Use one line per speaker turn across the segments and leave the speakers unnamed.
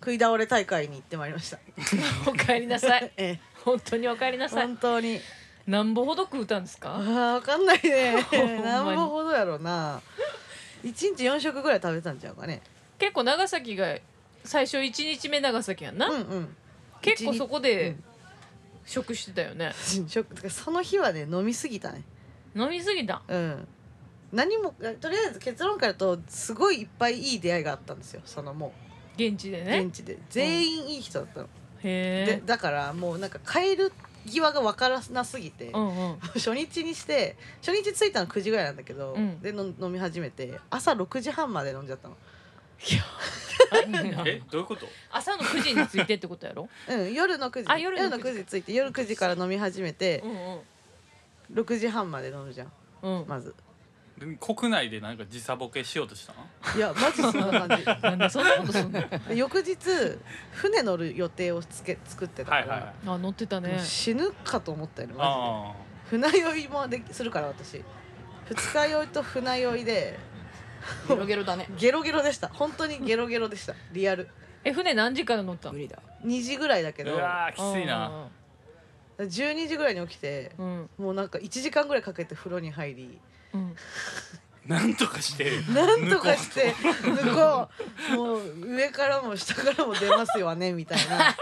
食い倒れ大会に行ってまいりました。。
おかえりなさい
ええ、
本当におかえりなさい
本。当に。
なんぼほど食うたんです
あ
か。
あ、わかんないね
ほんま。に
なんぼほどやろうな。一日四食ぐらい食べたんちゃうかね。
結構長崎が最初一日目長崎やんな。
うんうん。
結構そこで
う
食してたよね。
ん食、てかその日はね、飲みすぎたね。
飲みすぎた。
うん。何も、とりあえず結論から言うと、すごいいっぱいいい出会いがあったんですよ。そのも
現地で
う、
ね。
現地で、全員いい人だったの。で
へえ。
だからもうなんか帰る際がわからなすぎて、
うんうん。
初日にして初日着いたの9時ぐらいなんだけど、
うん
での飲み始めて朝6時半まで飲んじゃったの
えどういうこと
朝の9時に着いてってことやろ。
うん夜の9時
あ夜の9時
9時着いて夜9時から飲み始めて
う、ん
6時半まで飲むじゃん
うん。うん。
まず
で国内でなんか時差ボケしようとしたの
いやマジそんな感じ
なんでそんなことすんの。 あ
で 翌日船乗る予定をつけ作ってたか
は
ら
い、はいはい
乗ってた
も
ね
う。死ぬかと思ったよねマ
あ
ジで船酔いもできするから私二日酔いと船酔いで
ゲロゲロだね
ゲロゲロでした本当にゲロゲロで したリアル
え船何時から乗った
無
の。
理だ
2時ぐらいだけ
ー
ど
うわーきついな
12時ぐらいに起きて
うん。うん
もうなんか1時間ぐらいかけて風呂に入り
うん。
なんとかして
なんとかして向こうもう上からも下からも出ますよねみたいな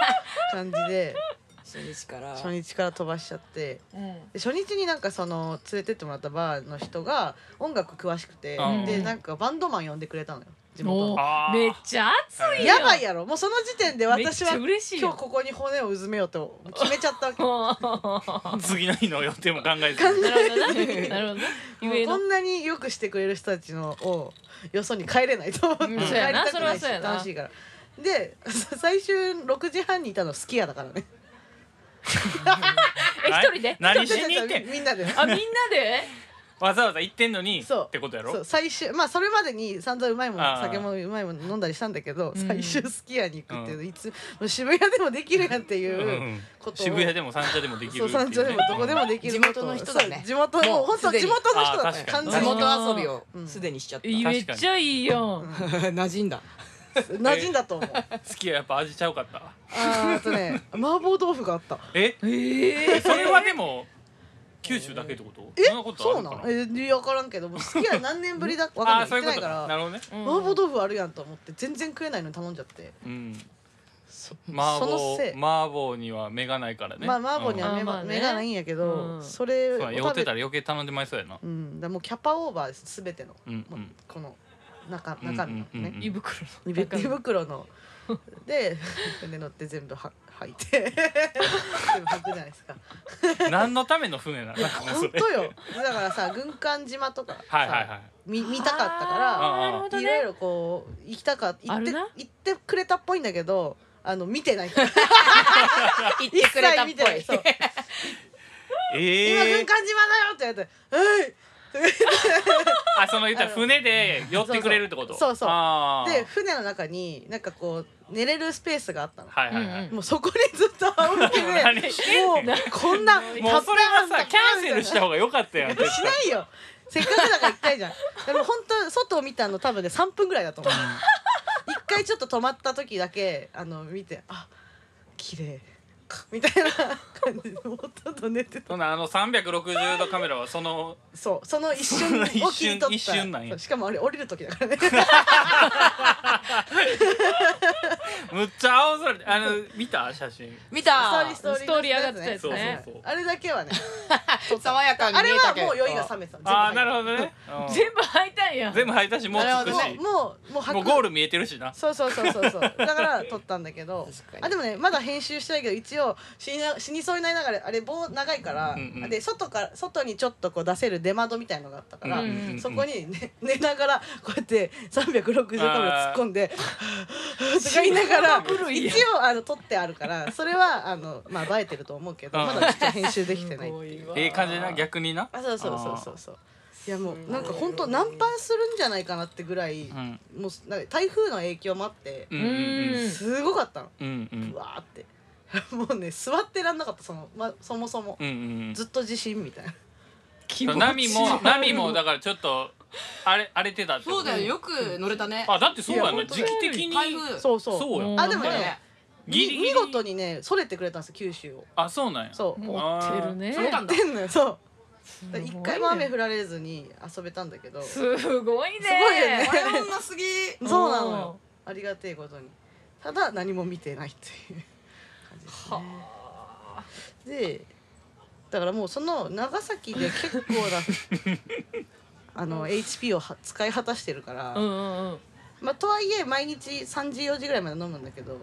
感じで
初日から
初日から飛ばしちゃって
うん。
で初日になんかその連れてってもらったバーの人が音楽詳しくて
うん
でなんかバンドマン呼んでくれたのよ地元の。
お
あー
めっちゃ暑いよ
やばいやろもうその時点で私は
めっちゃ嬉しいよ
今日ここに骨をうずめようと決めちゃったわけ
次の日の予定も考え ず
なるほどな。なるほどな。ゆえ
こ
の。
んなによくしてくれる人たちのをよそに帰れないと思って、
うん
帰り
そうやな
たくないし
それはそうやな
楽しいからで 最終6時半にいたの好きやだから ね
え一人で。
何しに行っ
ちょちょち
て
ょみんなで
あみんな で。
わざわざ行ってんのに
そう
ってことや
そう
ろ
最終まあそれまでに散々うまいも
あ
の
ー
酒もうまいもの飲んだりしたんだけど
うん
最終好きやに行くっていうのいつもう渋谷でもできるやんって
う
いうんことを
渋谷でも三茶でもできる
そう山頂でもどこでもできる
地元の人だね
そう地元もう本当地元の人だね
もうすでにあー
地
完
確かに
全に
元遊びをすでにしちゃった、
えめっちゃいいやん。
馴染んだ
馴染んだと思う
好きややっぱ味ちゃうかった
あーあとね麻婆豆腐があった
え
ええ。
それはでも九州だけってこと
え
そんなこと
そ
あ
う
る
な
か
の
な
えいや分からんけどもう好きは何年ぶりだわかん
あ
な
あ
い
そ
行
う
っ
い
てないか
うことからな
麻
るほどね
婆豆腐あるやんと思って全然食えないのに頼んじゃって、
うんそ麻
その
婆
せい
麻婆には目がないからね
まあ麻婆には目,、
うんあーまあね
目がないんやけど、
うん
それ
う
を
んそうや酔っ
食
て
べ
たら余計頼んでまいそうやな
うんだからもうキャパオーバーですすべての、
うんうん
もうこの中中身のね、
うんうんうん
胃袋
胃ぶ
の中
胃
に。
袋の で船乗って全部は吐いて全部吐くじゃないですか
何のための船なの
本当よだからさ軍艦島とかさ、
はいはいはい
見見たかったから
あ
あーなるほど
いろい
ね。
ろこう行きたか行
あ
っ
る
て
な
行ってくれたっぽいんだけどあの見て ない行っ
言ってくれたっぽい
そう
え
今
え
軍艦島だよって言われて
あその言ったら船で寄ってくれるってこ
そ
と
うそうそうそう
あ
「うん
ー
で船の中になんかこう寝れるスペースがあったの、
はいはいは
うん
い
うん
もうそこにずっと仰向けで
何し
もうこんな
もうそれはさキャンセルしたた方が良かったやん絶
し
対
ないよせっかくだから一回じゃ んでも本当外を見たの多分ね3分ぐらいだと思う一回ちょっと止まった時だけあの見てあ綺麗みたいな感じでもうちょっと寝てた
そんなあの360度カメラはその
そうその一瞬を
そ
切
の一瞬
り取った
一瞬なんや
そうしかもあれ降りる時だ からね
むっちゃ青空であの見た写真
見た
ストーリーストーリー上がってたやつ
そうそう
ね
そう
あれだけはね
爽やかに
あ
見
れ
えた
は
けど
もう酔いが冷めてた
ああなる
ほ
ほどねうん
全部吐いたんや。
全部入ったしもう着くし
もうもう
もうゴー
ル
ル見えてるしな
そうそうそうそうそうだから撮ったんだけど
確かに
あでもねまだ編集してないけど一応死にな死にそうになりながらあれ棒長いから、
うんうん
で外から外にちょっとこう出せる出窓みたいのがあったから、
うんうんうん
そこに、ね、寝ながらこうやって360度カメラ突っ込んで「とか言いながら一応あの撮ってあるからそれはあの、まあ、映えてると思うけど
うん
まだちょっと編集できてない
すごいわ
ええ感じな逆にな
あそうそうそうそうそういやもうなんか本当ナンパするんじゃないかなってぐらい、
うん
もうなんか台風の影響もあって
う、ん
う
うんうん
ん。
すごかったの。
うんうん
うわーって もうね座ってらんなかったその、ま、そもそも
うんうん
ずっと地震みたいな
気持ち
ナミもナミもだからちょっと荒れ荒れてたってこと
そうだよよく乗れたね
あだってそうや
い
な
や本当
時
だよ
期的に
台風
そうそう
そうや
うん
あでも
だよ
ね
ギリギリ
み見事にねそれてくれたんですよ九州を
あそうなんや
そう
持ってるね
そうなんだ
持ってんのよそうだから
すごいね
一回も雨降られずに遊べたんだけどそう
すごいね
すごいよね
あれ女すぎ
なのよありがてえことにただ何も見てないっていう感じですねでだからもうその長崎で結構なあの HP をは使い果たしてるから、
うんうんうん
まあ、とはいえ毎日3時4時ぐらいまで飲むんだけど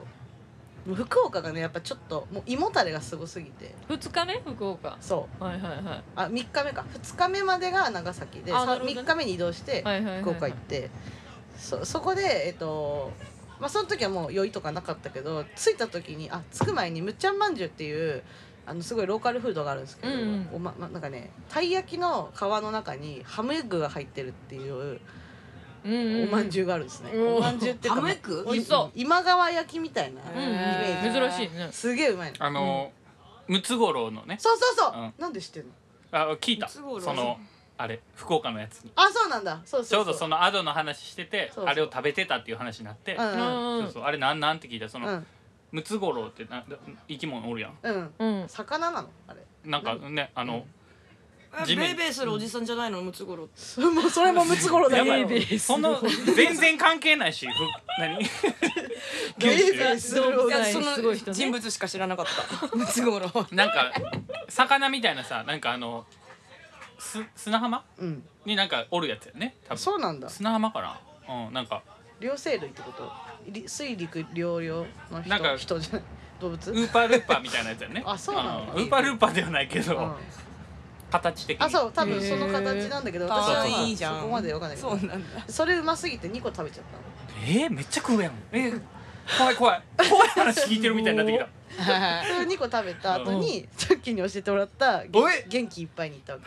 もう福岡がねやっぱちょっともう胃もたれがすごすぎて
二日目福岡
そう
はいはいはい
あ3日目か2日目までが長崎で、
あ
さ
なるほどね
3日目に移動して
はいはいはいはい
福岡行って、そそこでえっとまあその時はもう酔いとかなかったけど着いた時にあ着く前にむっちゃんまんじゅうっていうあのすごいローカルフードがあるんですけど、
うんうん
おまま、なんかねたい焼きの皮の中にハムエッグが入ってるっていう
うんうん
おまん
ゅ
じゅうがあるんですね、
うん
おまんじゅうっていうか
ハムエッグ
おい
美味しそう
今川焼きみたいな、
うん
イ
う
メージ
ん珍しいね
すげえうまいの
あのムツゴロウのね
そうそうそう、
うん
なんで知ってんの
あ聞いた
ムツゴロウ
そのあれ福岡のやつに
あそうなんだそう
ち
そ
ょ
う
うどそ
の
のアドの話してて
そうそう
あれを食べてたっていう話になって
うん
うん
そうそうあれなんなんって聞いたらその
うん
ムツゴロウってなな生き物おるやん
うん
うん
魚なのあれ
なんかねあの
え
地面
ベイベイするおじさんじゃないのムツゴロウって
そ れもそれもムツゴロウだ
や
よ
ば
ベイベイ
いその全然関係ないしふ 何
ベイベ
九
イする
動
お
物
じ
園
さん
そのすごい人ね
人物しか知らなかったムツゴロウ
州なんか魚みたいなさなんかあのす砂浜
うん
になんかおるやつやね多分
そうなんだ
砂浜かなうんなんか
両生類ってことり水陸両用の人
なんか
人じゃない動物
ウーパールーパーみたいなやつやね
あそうなんだ
ウーパールーパーではないけど、
うん
形的に
あそう多分その形なんだけど私は
へー
まあ
いいじゃん
そこまでわかんないけ
そう
ど
なんだ
それうますぎて2個食べちゃったの
えー、めっちゃ食うやんえー、怖い怖い怖い話聞いてるみたいになってきた
それを2個食べた後にさっきに教えてもらったげ
おい
元気いっぱいに行ったわけ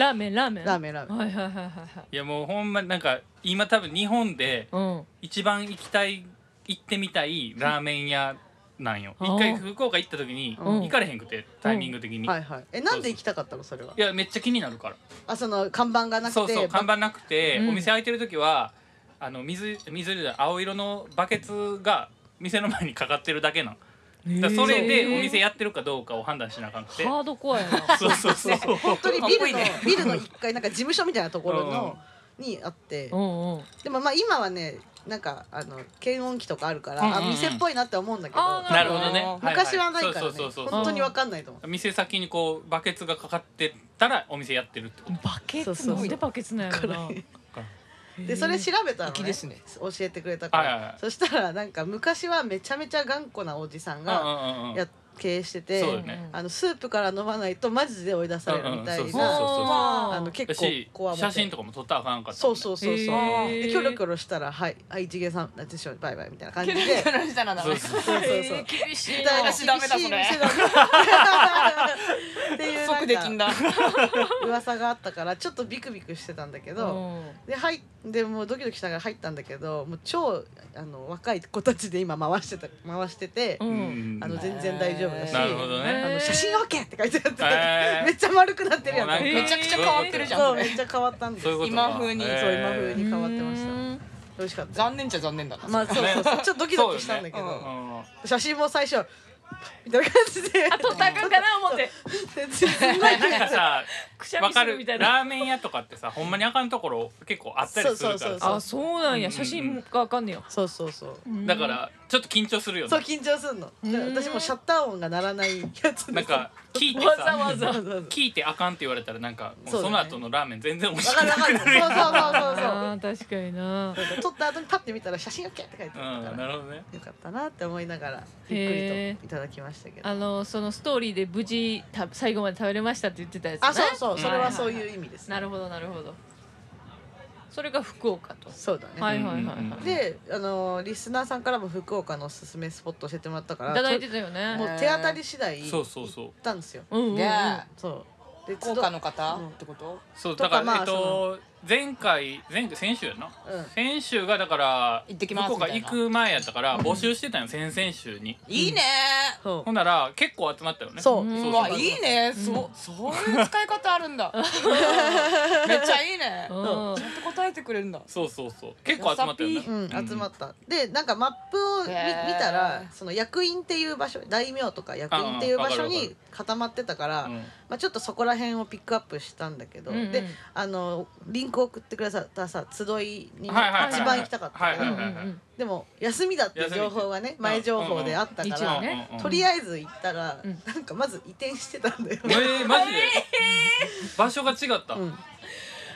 ラーメンラーメン
ラーメンラーメン
はいはいはいはいはい
いやもうほんまなんか今多分日本で
うん
一番行きたい行ってみたいラーメン屋なんよ
あ
一回福岡行った時に
うん
行かれへんくてタイミング的に、
はい
い
はいえなんで行きたかったのそれは
やめっちゃ気になるから
あその看板がなくて
そうそう看板なくて、
うん
お店開いてる時はあの水水じゃない青色のバケツが店の前にかかってるだけなんだからそれでお店やってるかどうかを判断しなあか んくて
ハードコアや な
そうそうそうそう
本当にビ
かっこ
ルの
いいね
ビルの1階なんか事務所みたいなところのにあって
うんうん
でもまあ今はねなんかあの検温機とかあるから、
うんうんうん
あ店っぽいなって思うんだけど
あー
なるほどね
あのー
いい
昔はないから
そう
ね
そうそうそう
本当にわかんないと思う。
店先にこうバケツがかかってたらお店やってるってこと
バケ
そう
ツ
そう
なんでバケツなんやろな
でそれ調べたの、
粋
ね
ですね
教えてくれたから、
はいはいはい
そしたらなんか昔はめちゃめちゃ頑固なおじさんが
うんうんうんうん
やっ経営してて、
そうだね
あのスープから飲まないとマジで追い出されるみたい
うんうんそうそう
な
そう
あの結構
し
怖
写真
と
とかも撮ったらあかんかった
そうそうそうそう、
へー
でキョロキョロしたら「はいあ一元さんなってしまうバイバイ」みたいな感じで。
話だなだ
そ
め
うそ
そ
う
うそうそう
厳しい
み
な
たいな
私ダメだ それ
厳しい店だっていう
即できん
なんか
だ
噂があったからちょっとビクビクしてたんだけど、で入っでもうドキドキしながら入ったんだけどもう超あの若い子たちで今回してた回してて、
うんう
うんん
あの全然大丈夫だし、
なるほどね
あの写真 OK って書いてあって、
へー
めっちゃ丸くなってるやん
もうなん
そ
か
う
へー
めちゃくちゃ変わってるじゃ
そ
んそ
うめ
れ
っちゃ変わったんです
そういうことか
今風に
へー
そう今風に変わってました
うん
美味しかった
残念っちゃ残念だな
まあそうそうそうちょっとドキドキしたんだけど、
そうよねう
うん
写真も最初みたいな感じで
あと たかんかな思って
すごい
なんかさ
くしゃ
わ
み
か
す
る
るみたい
ラ
な
ーメン屋とかってさほんまにあかんところ結構あったりするか
そうそう
ら
そう
さ
あそうなん
う
や
ん
写真がわかんねえよ
そうそうそう
だからちょっと緊張するよ
そう
ね
緊張すんの
うん
で私もシャッター音が鳴らないやつ
なんか聞いて
わざ
さ
わざ
そうそう
聞いてあかんって言われたらなんかもう
そうだ
そ
ね
の後のラーメン全然美味
そう
し
わ
く
かるわ
な
か
く
る
な
そう
るやん
そ
あー確かにな
うそうそうそう撮った後にパッて見たら写真 OK って書いてあった
うん
か
な
ら
るほどね
よかったなって思いながらゆっ
へ
く
ー
りといただきましたけど
あのそのストーリーで無事た最後まで食べれましたって言ってたやつね
あそうそうそれはそう
う
いう意味です
なるほどなるほどそれが福岡と
そうだ
は
ね
いはいはい
うんうん
は
うん
い
であのリスナーさんからも福岡のおすすめスポット教えてもらったから
いただいてたよね
もう手当たり次第
そ
行
うそうそう
ったんですよ
うんうんうん
ね
そうで
効果
都度
の方ってこと
そう
と
だ
か
から
まあ
えっと前回前回先週やな、
うん
先週がだから
行ってきます
向こうが
みたい
行
な
く前やったから募集してたんよ、先々週に
いいね
そ
ほんなら結構集まったよね
そう
そう
う
そ
わ
う
いいねそうそういう使い方あるんだめっちゃいいね
うん
ちゃんと答えてくれるんだ
そうそうそう結構集まったよね
やさ
う、うん、集まった、でなんかマップを見見
へー
たらその役員っていう場所大名とか役員っていう場所
うんうんわかる
に固まってたから、
うん
まあ、ちょっとそこら辺をピックアップしたんだけど、
うんうん
であのリンク送ってくださったさ集いにね、
はいはいはい
一番行きたかったけど、
はいはい
でも休みだっていう情報がね前情報であったか
一応
ら、
ね
うんうん
とりあえず行ったら、
うん
なんかまず移転してたんだよ
え。ー、マジで場所が違った、
うん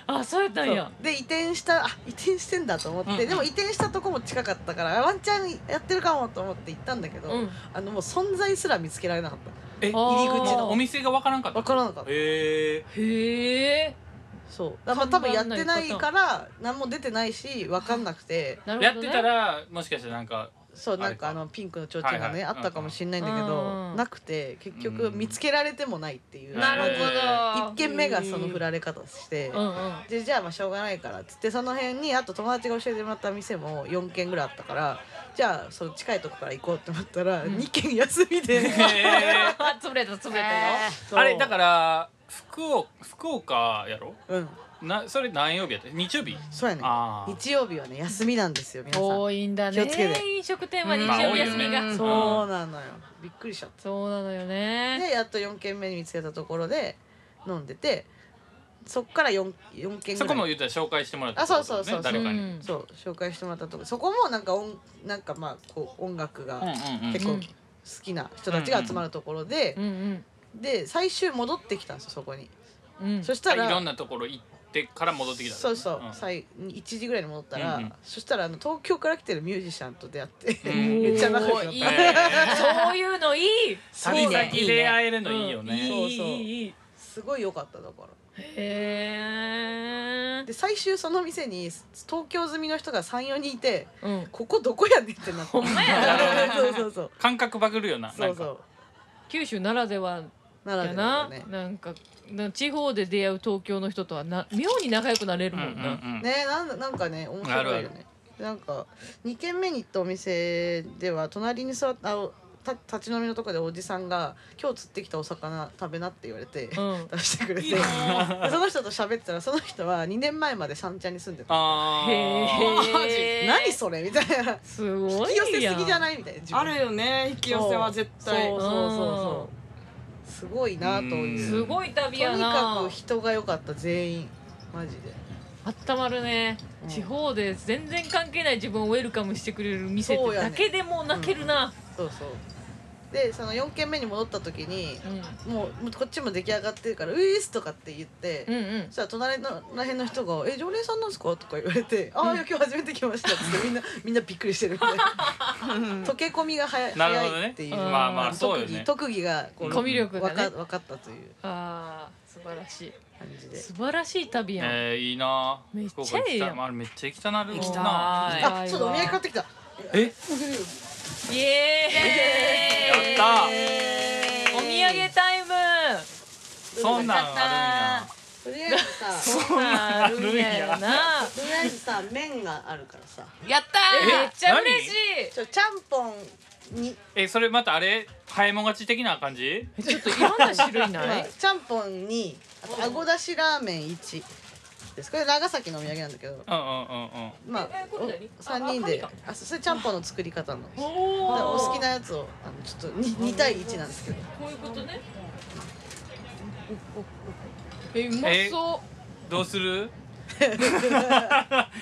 あそうやったんや
そうで移転したあ移転してんだと思って、
うんうん
でも移転したとこも近かったからワンチャンやってるかもと思って行ったんだけど、
うん
あのもう存在すら見つけられなかっ
え
あー
入り口のお店がわからんかった
わからなかった
え
へえ
たそうだからまあ多分やっ
看板ない
てないから何も出てないし分かんなくて
な
ー、
る
やっ
ほど
て
ね
たらもしかしたらなんか
そう
あ
な
れ
ん
か
かあのピンクの提灯が
はい
ね
はい
あったかもしれないんだけ
うんう
ど
ん
なくて結局
うん
見つけられてもないっていう
なるほど
1軒目がその振られ方して
うんうん
でじゃあまあしょうがないからっつってその辺にあと友達が教えてもらった店も4軒ぐらいあったからじゃあその近いとこから行こうって思ったら
うん
2軒休みで、
えー
あ潰れた潰れたよ
そう
あれだから福岡福岡やろ
うん
なそれ何曜日やった日曜日
そうやね
あー
日曜日はね休みなんですよ皆さん
多いんだ
気をつけ
ね
て
飲食店は日
まあ
曜
多いよ
休み
ね
が
そうなのよびっくりしちゃった
そうなのよね
でやっと4軒目に見つけたところで飲んでてそっから 4, 4軒
そ
ぐ
こも
らい
言ったら紹介してもらった
あそうそうそうそう
ってことだよね
うん
そう紹介してもらったとこそこもなんか音なんかまあこう音楽
誰
が
かに、うんうんうん、
結構好きな人たちが集まるところで
う、ん
で最終戻ってきたんですよそこに、
うんうん
そしたら
あいろんなところ行ってから戻ってきた
そうそう、
ん
最1時ぐらいに戻ったら、
うんうん
そしたらあの東京から来てるミュージシャンと出会って、
うん
めっちゃ仲良く
お
な
ー
っ
い
た
い
えー
そういうのいい
旅先で会えるのいいよ
うん
ね
いい
そうそう
いいいい
すごい良かっただから
へえ
で最終その店に東京済みの人が34人いて
うん
ここどこやねんってなって
ほんま や
そうそうそう
感覚バグるよな
そう
なんか
そう
九州ならでは
ならで
や
は
な、
だよね
なんかな地方で出会う東京の人とはな妙に仲良くなれるもんな、
うんうんうん
ねなんなんかね面白いよね
あるあ
なんか2軒目に行ったお店では隣に座ったあおた立ち飲みのとこでおじさんが「今日釣ってきたお魚食べな」って言われて、
うん
出してくれてでその人と喋ってたらその人は2年前まで三茶に住んでた
あー
へえ
何それみたいな
すごい
引き
やん
寄せすぎじゃないみたいな自分
あるよね引き寄せは絶
そう
対
そうそうそうすごいなと
うん
いう
すごい旅
と
や
に
な
かく人が良かった全員マジで
あったまるね、
うん
地方で全然関係ない自分をウェルカムしてくれる店
そうやね
だけでもう泣けるな、
そうそうでその4軒目に戻った時に
うん
もうもうこっちも出来上がってるから「ウイース!」とかって言って、
うん、うん
そしたら隣のらへんの人が「え常連さんなんですか?」とか言われて「ああいや今日初めて来ました」っつってみん なみんなびっくりしてるみたいな溶け込みが早い
なるほど
早い
ね
っていう、
うん
まあまあそうよ
特
ね
技特技がこう
コミュ力がね
分か分かったという
あー素晴らしい
感じで
素晴らしい旅やん、
えー、いいな
めっちゃ
福岡行き
ええ
た
やん
まああれめっちゃ行きたなる
行きたい
な
ー
あそうだお土産買ってきた
え
イエーイ
やった
お土産タイム
そんなんあ
とりあえずさ
そうなるんやな
とりあえずさ麺があるからさ
やった
えめっちゃ嬉しい
ちょちゃんぽんに
るんやえそれまたあれ早いもん勝ち的な感じ
えちょっといろんな種類な
まあ
い
ちゃんぽんにあとあごだしラーメン1ですこれ長崎のお土産なんだけど
うんうんうんうん
ま
え
あ
これ何
お三人であそれちゃんぽんの作り方の
お
だから
お
お好き
な
なやつをあのちょっと 2, 対1なんですけど
こういうことねえうまそ
どうする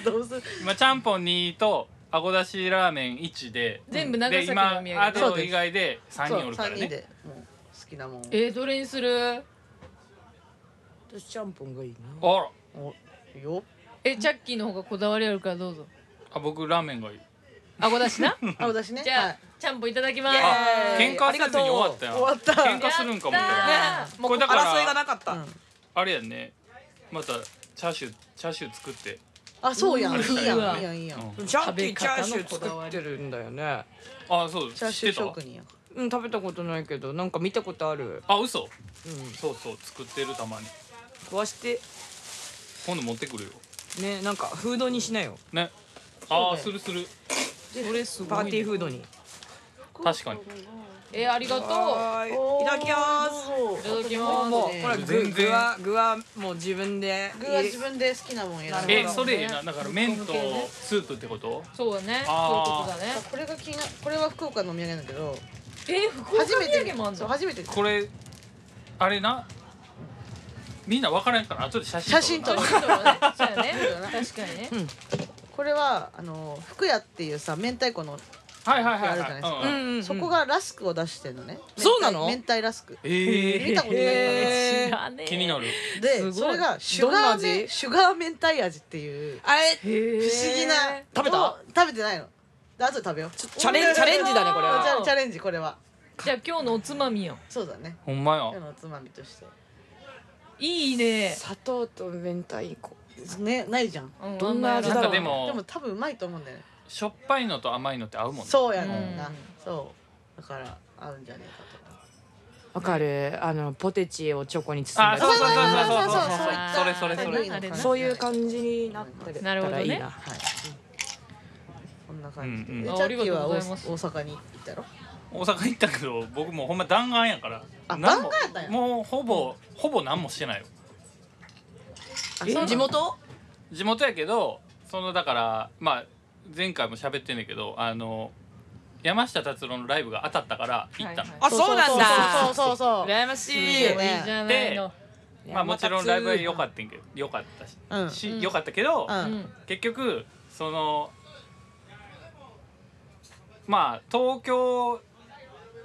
どうする
今ちゃんぽん2とあごだしラーメン1で
う全部長崎のお土産
で
ね
今アデ
そう
オ
です
以外で3
そう
人おるから
3人
ね
でもう好きなもんを
うえどれにする
私ちゃんぽんがいいな
あら
およ
えチャッキーの方がこだわりあるからどうぞ
あ僕ラーメンがいい
あごだしな
あごだしね
じゃあ、
はい
ちゃんぽんいただきます
あ喧嘩せずに終わったよ
終わった
喧嘩するんかも
やったー
これだから
争いがなかった、
うん
あれやんねまたチャーシューチャーシュー作って
あそうやんいいや
うわ
んいいやんいいやん
うん
ジャンキ
食べ
ーチャ
方
ー
の
シュー
こだ
作
わ
っ
り
てるんだよね
あそう
チャーシ
知
ュー
ってた
職人やん
うん食べたことないけどなんか見たことある
あ嘘
うん
そうそう作ってるたまに
壊して
今度持ってくるよ
ねなんかフードにしなよ
ねああするする
それすごいパーティーフードに
確かに
えーありがとう
はーいいただきます
いただき
もう
ま
も
す
うほら具
全然
具は具はもう自分で
具は自分で好きなもん選ぶ
え
なるほ
そ
ど
れええなだから麺とスープってこと
そうだね
あー
そういうこ
これが気になこれは福岡のお土産なんだけど
とだねえー福岡
初め
土
て
産もあん
そう
だ
初めて
これあれなみんな分からんから後で写真
写真撮ろ
ろう
う
そうだねそうだね確かにね
これはあの福屋っていうさ明太子の
なはいはいはい
あるじゃないですか
はいうんうん
そこがラスクを出してるのね
そうなの
明太ラスク
え
見たことない
へ
知らね
え
え
気になる
でそれがシュガー
どんな
メ
味
シュガー明太味っていう
あれ
不思
不思議な
食べた
食べてないので後で食べよう
ちょチャレンチャレンジだねこれ
あチ
は
ャチャレンジこれは
じゃあ今日のおつまみよ
そうだね
ほんま
今日
や
のおつまみとして
いいね
砂糖と明太子
ねないじゃん
う
どんな味
な
だ
ん
ろう
かでも
でも多分うまいと思うんだよね
しょっぱいのと甘いのって合うもんね
そうやねんな
うん
そうだから合うんじゃねえかと
わかるあのポテチをチョコに包ん
あ
で
そうそうそうそう
そう
そうそうそうそうそれそれそれ
あれね
そういう感じになってる
なるほどね
たらいいな
はいこんな感じ
うんうん
でで
あ
チャッキーは
ありがとうご
大
ざいます
大阪に行ったろ
大阪行ったけど僕もうほんま弾丸やから
あ弾
何も
丸やったんや
もうほぼほぼ何もしてないよ
え地元
地元やけどそのだからまあ前回も喋ってんだけどあの山下達郎のライブが当たったから行ったの、
あそうなん
そう
だ
そうそうそう
羨ましい
よね
いいじゃないの
まあもちろんライブは良かったんけど良かったし,
うん
し、
うん
良かったけど、
うん
うん
結局そのまあ東京
う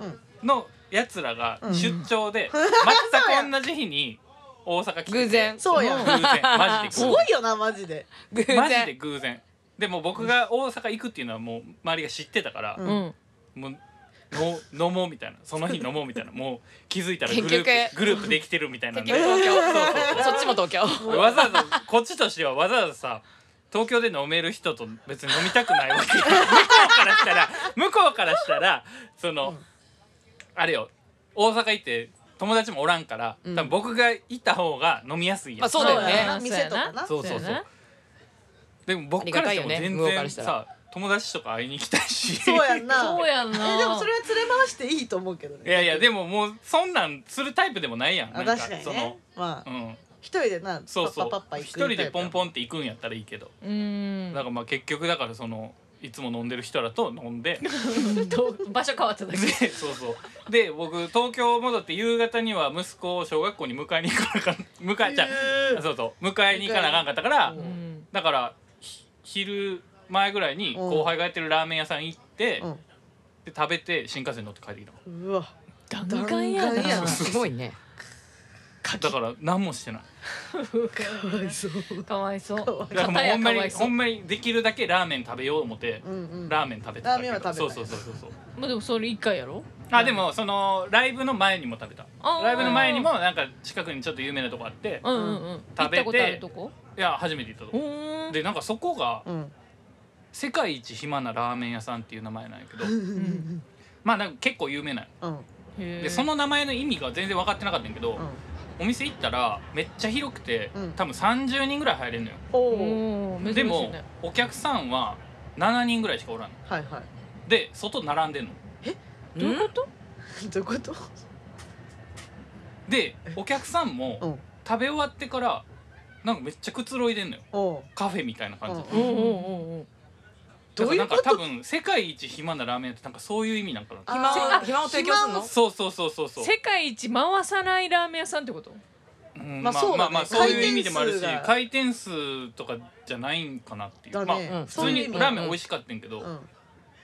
ん
のやつらが
うん
出張で全く同じ日に大阪来てて
偶然
そうや
偶
ん
然マジで偶然
すごいよなマジで
偶
マジで
然
偶然でも僕が大阪行くっていうのはもう周りが知ってたから、
う
うん
もうの飲もうみたいなその日飲もうみたいなもう気づいたらグルー
結
プグループできてるみたいなん
結
で
局東
そうそう
京そっちも東京
わざわざこっちとしてはわざわざさ東京で飲める人と別に飲みたくないわけ向こうからしたら向こうからしたらその、
うん
あれよ大阪行って友達もおらんから、
うん
多分僕が行った方が飲みやすいやん、
まあそうだよね
な
店とかな
そうそう
や
そう
な
でも僕からしても
ありがたいよね
全
向こうか
然
らした
さ、友達とか会いに行きたいし
そうやんな
そうやんな
えでもそれは連れ回していいと思うけどね
いやいやでももうそんなんするタイプでもないやん
あ
なんか
確かに
そ
ね
の
ま
う
あ
ん
一人でな
そうそ
パッパッパ
う
ッパ行く
一人でポンポ
ン
ンって行くんやったらいいけど、
うん
なんかまあ結局だからそのいつも飲んでる人らと飲 んで
と場所変わっただけ
でそうそうで僕東京戻って夕方には息子を小学校に迎えに行かなかった迎えちゃうそうそう迎えに行かなあかんかったから、
う
うん
だからひ昼前ぐらいに
うん
後輩がやってるラーメン屋さん行って、
うん
で食べて新幹線に乗って帰ってきたの
うわ
弾丸や
弾丸や
な
な
すごいね
だから何もしてない
かわいそう
かわいそう
かわい
だからもうほんま
片やかわ
に
いそう
ほんまにできるだけラーメン食べよう思って、
うんうん
ラーメン食べて
ラ
たけど
ーメンは食べた
そうそうそうそうそう
まあでもそれ一回やろ
あでもそのライブの前にも食べた
あー
ライブの前にもなんか近くにちょっと有名なとこあって
うんうんうん行っ
食べて
たことあるとこ
いや初めて行ったと
う
こ
ーん
でなんかそこが
うん
世界一暇なラーメン屋さんっていう名前なんやけど
うんうん
まあなんか結構有名なんよ
うん
へー
でその名前の意味が全然分かってなかったんやけど、
うん
お店行ったらめっちゃ広くて、
うん
多分30人ぐらい入れるのよ
お
お
お
ー珍し
で
い
も
ね
お客さんは7人ぐらいしかおらんの
はいは
で外並んでんの
どういうこと
い どういうこと
でお客さん
う
も
ん
食べ終わってからなんかめっちゃくつろいでんのよ
おう
カフェみたいな感じで
うん
おうんうんうん
どういうこと
だからなんか多分世界一暇なラーメン屋ってなんかそういう意味なんかな
あ
暇
ー
を暇を提供
暇
するの
を
そうそうそうそうそう
世界一回さないラーメン屋さんってこと
うん
ま
ま
あ
あ
そうだね
まあまあそういう意味でもあるし
回
回転数とかじゃないんかなっていう、
だね
ま
う
あ
ん
普通にラーメン美味しかったんやけど、
うん